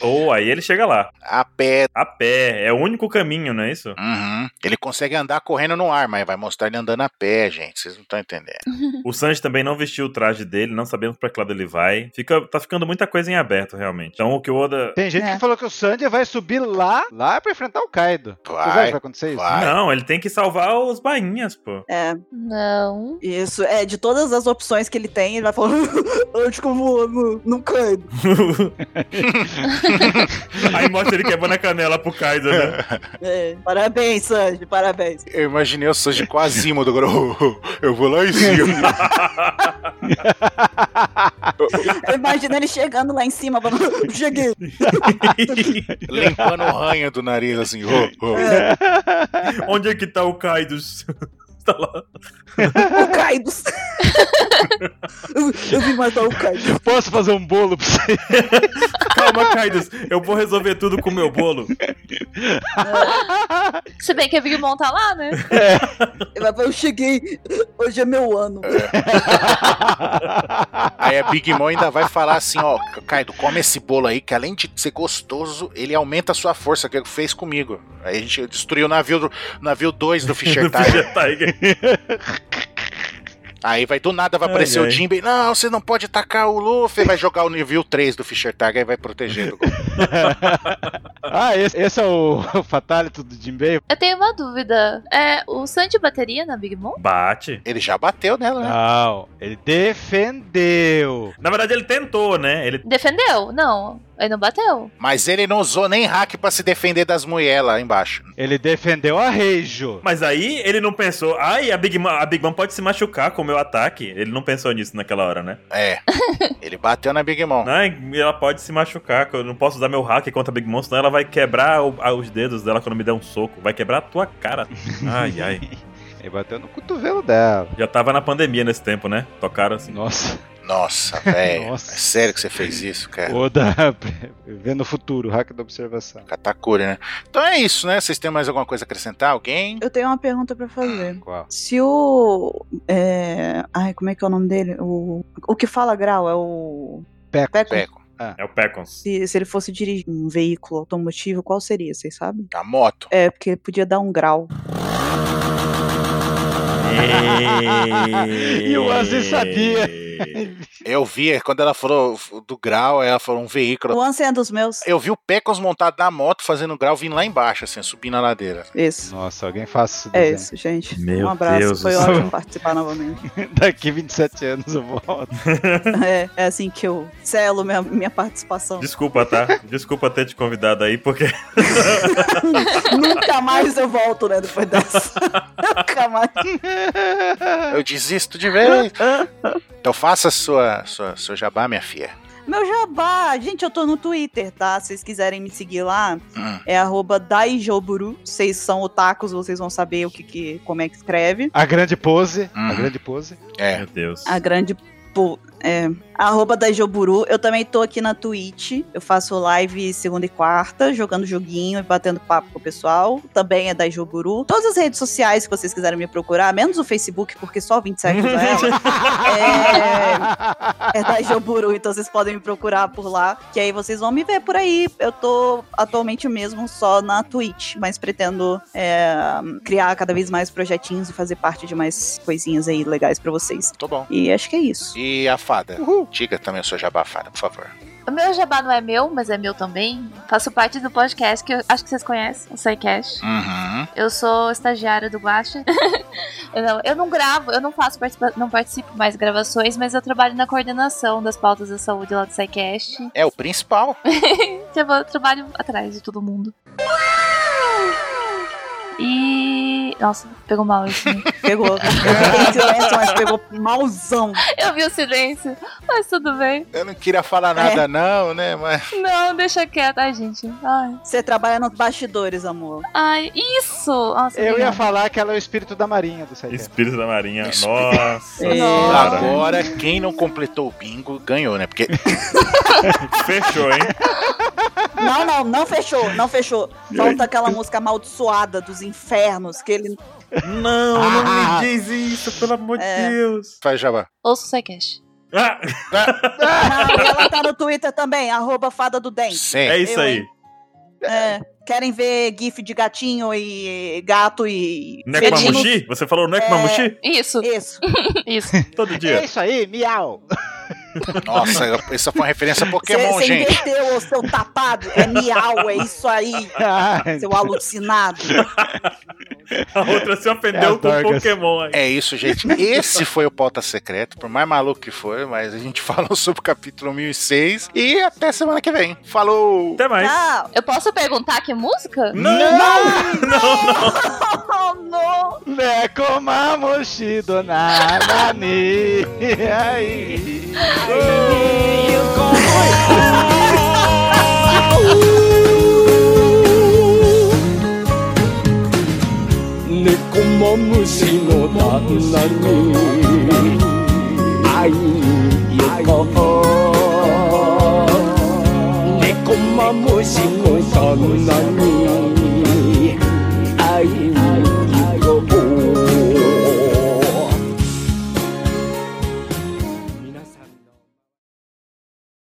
Ou aí ele chega lá. A pé. A pé. É o único caminho, não é isso? Uhum. Ele consegue andar correndo no ar, mas vai mostrar ele andando a pé, gente. Vocês não estão entendendo. O Sanji também não vestiu o traje dele, não sabemos pra que lado ele vai. Fica, tá ficando muita coisa em aberto, realmente. Então o que o Oda. Tem gente É. que falou que o Sandy vai subir lá, lá pra enfrentar o Kaido. Vai, Vocês acham que vai acontecer isso? vai. Não, ele tem que salvar os bainhas, pô. É, não. isso. É, de todas as opções que ele tem, ele vai falar. Antes como não, não caibo. Aí mostra ele quebrando a canela pro Kaido, né? É, parabéns, Sanji, parabéns. Eu imaginei o Sanji com a Zima do Goro. Eu vou lá em cima. Eu imagino ele chegando lá em cima, falando, cheguei. Limpando o ranho do nariz, assim. "Ô, ô". Onde é que tá o Kaido? tá lá. O Kaido. eu, eu vim matar o Kaido. Posso fazer um bolo pra você? Calma, Kaido. Eu vou resolver tudo com o meu bolo. Se bem que a Big Mom tá lá, né? Ele vai falar, Eu cheguei, hoje é meu ano. Aí a Big Mom ainda vai falar assim, ó, Kaido, come esse bolo aí, que além de ser gostoso, ele aumenta a sua força, que fez comigo. Aí a gente destruiu o navio, do, navio 2 do Fisher Tiger. Fischer Tiger. Aí vai do nada vai Ai, aparecer ai. o Jinbe. Não, você não pode atacar o Luffy. Vai jogar o nível 3 do Fisher Tiger e vai proteger do gol. ah, esse, esse é o, o Fatality do Jinbei? Eu tenho uma dúvida. É, o Sandy bateria na Big Mom? Bate. Ele já bateu nela, Ah. né? Não, ele defendeu. Na verdade, ele tentou, né? Ele Defendeu? Não. Ele não bateu. Mas ele não usou nem hack pra se defender das mulheres lá embaixo. Ele defendeu a Reijo. Mas aí ele não pensou, ai, a Big Mom, a Big Mom pode se machucar com o meu ataque. Ele não pensou nisso naquela hora, né? É. ele bateu na Big Mom. Ai, ela pode se machucar, que eu não posso usar meu hack contra a Big Mom, senão ela vai quebrar o- a- os dedos dela quando me der um soco. Vai quebrar a tua cara. Ai, ai. Ele bateu no cotovelo dela. Já tava na pandemia nesse tempo, né? Tocaram assim. Nossa. Nossa, velho. É Nossa. sério que você fez isso, É. cara? Oda vendo o futuro, hack da observação. Katakuri, né? Então é isso, né? Vocês têm mais alguma coisa a acrescentar? Alguém? Eu tenho uma pergunta pra fazer. Qual? Se o. é, Ai, como é que é o nome dele? O, o que fala grau é o. Peco. Peco. Peco. É o Pecons. Se, se ele fosse dirigir um veículo automotivo, qual seria? Vocês sabem? A moto. É, porque podia dar um grau. E o Anzi sabia. Eu vi, quando ela falou do grau, ela falou um veículo. O Ansem é dos meus. Eu vi o Pecos montado na moto fazendo grau vindo lá embaixo, assim, subindo a ladeira. Isso. Nossa, alguém faça esse É desenho. isso, gente. Meu um abraço. Deus Foi do ótimo céu. participar novamente. Daqui 27 anos eu volto. É, é assim que eu selo minha, minha participação. Desculpa, tá? Desculpa ter te convidado aí, porque Nunca mais eu volto, né? Depois dessa. Nunca mais. Eu desisto de vez. Então faça sua, sua, seu jabá, minha filha. Meu jabá! Gente, eu tô no Twitter, tá? Se vocês quiserem me seguir lá, Hum. é arroba daijoburu. Vocês são otakus, vocês vão saber o que, que como é que escreve. A grande pose. A Hum. Uhum. grande pose. É. Meu Deus. A grande. po- É, arroba daijoburu. Eu também tô aqui na Twitch. Eu faço live segunda e quarta, jogando joguinho e batendo papo com o pessoal. Também é daijoburu. Todas as redes sociais que vocês quiserem me procurar, menos o Facebook, porque só 27 usa ela. Ah, É, é da Joburu, então vocês podem me procurar por lá, que aí vocês vão me ver por aí. Eu tô atualmente mesmo só na Twitch, mas pretendo é, criar cada vez mais projetinhos e fazer parte de mais coisinhas aí legais pra vocês. Tô bom. E acho que é isso. E a fada? Uhul. Diga também o seu jabá, fada, por favor. O meu jabá não é meu, mas é meu também. Faço parte do podcast que eu acho que vocês conhecem, o SciCast. Uhum. Eu sou estagiária do Guacha. eu, não, eu não gravo, eu não faço participa- não participo mais de gravações, mas eu trabalho na coordenação das pautas da saúde lá do SciCast. É o principal. Eu vou- trabalho atrás de todo mundo. E. Nossa, pegou mal isso. né? Pegou. Eu fiquei em silêncio, mas pegou malzão. Eu vi o silêncio, mas tudo bem. Eu não queria falar nada, não, né? Mas. Não, deixa quieto. Ai, gente. Ai, Você trabalha nos bastidores, amor. ai isso! Nossa, Eu ia obrigada. falar que ela é o espírito da marinha do Saiyajin. Espírito da Marinha. Espírito- Nossa. É. senhora. Agora, quem não completou o bingo ganhou, né? Porque Fechou, hein? Não, não, não fechou, não fechou. Falta aquela música amaldiçoada dos infernos, que ele. Não, Ah. não me diz isso, pelo amor de É. Deus. faz jabá. Ouça o SciCast. Ah, Não, e ela tá no Twitter também, arroba fada do dente. é Sim. isso Eu, aí. hein? É, querem ver gif de gatinho e gato e. é felinos? Nekomamushi? Você falou é Nekomamushi? Isso, Isso. isso. Todo É dia. isso aí, miau! Nossa, essa foi uma referência a Pokémon, Você é gente. inverteu, ô, seu tapado. É miau, é isso aí, seu alucinado. A outra se ofendeu É, com o Dorcas. Pokémon aí. É isso, gente. Esse foi o Pauta Secreta, por mais maluco que foi, mas a gente falou sobre o capítulo 1006 e até semana que vem. Falou! Até mais. Tchau. Eu posso perguntar que música? não, não. não. Oh, não. Nekomamushi do Nanani. E aí? 猫も虫の旦那に愛よ哎こ猫も虫の旦那に哎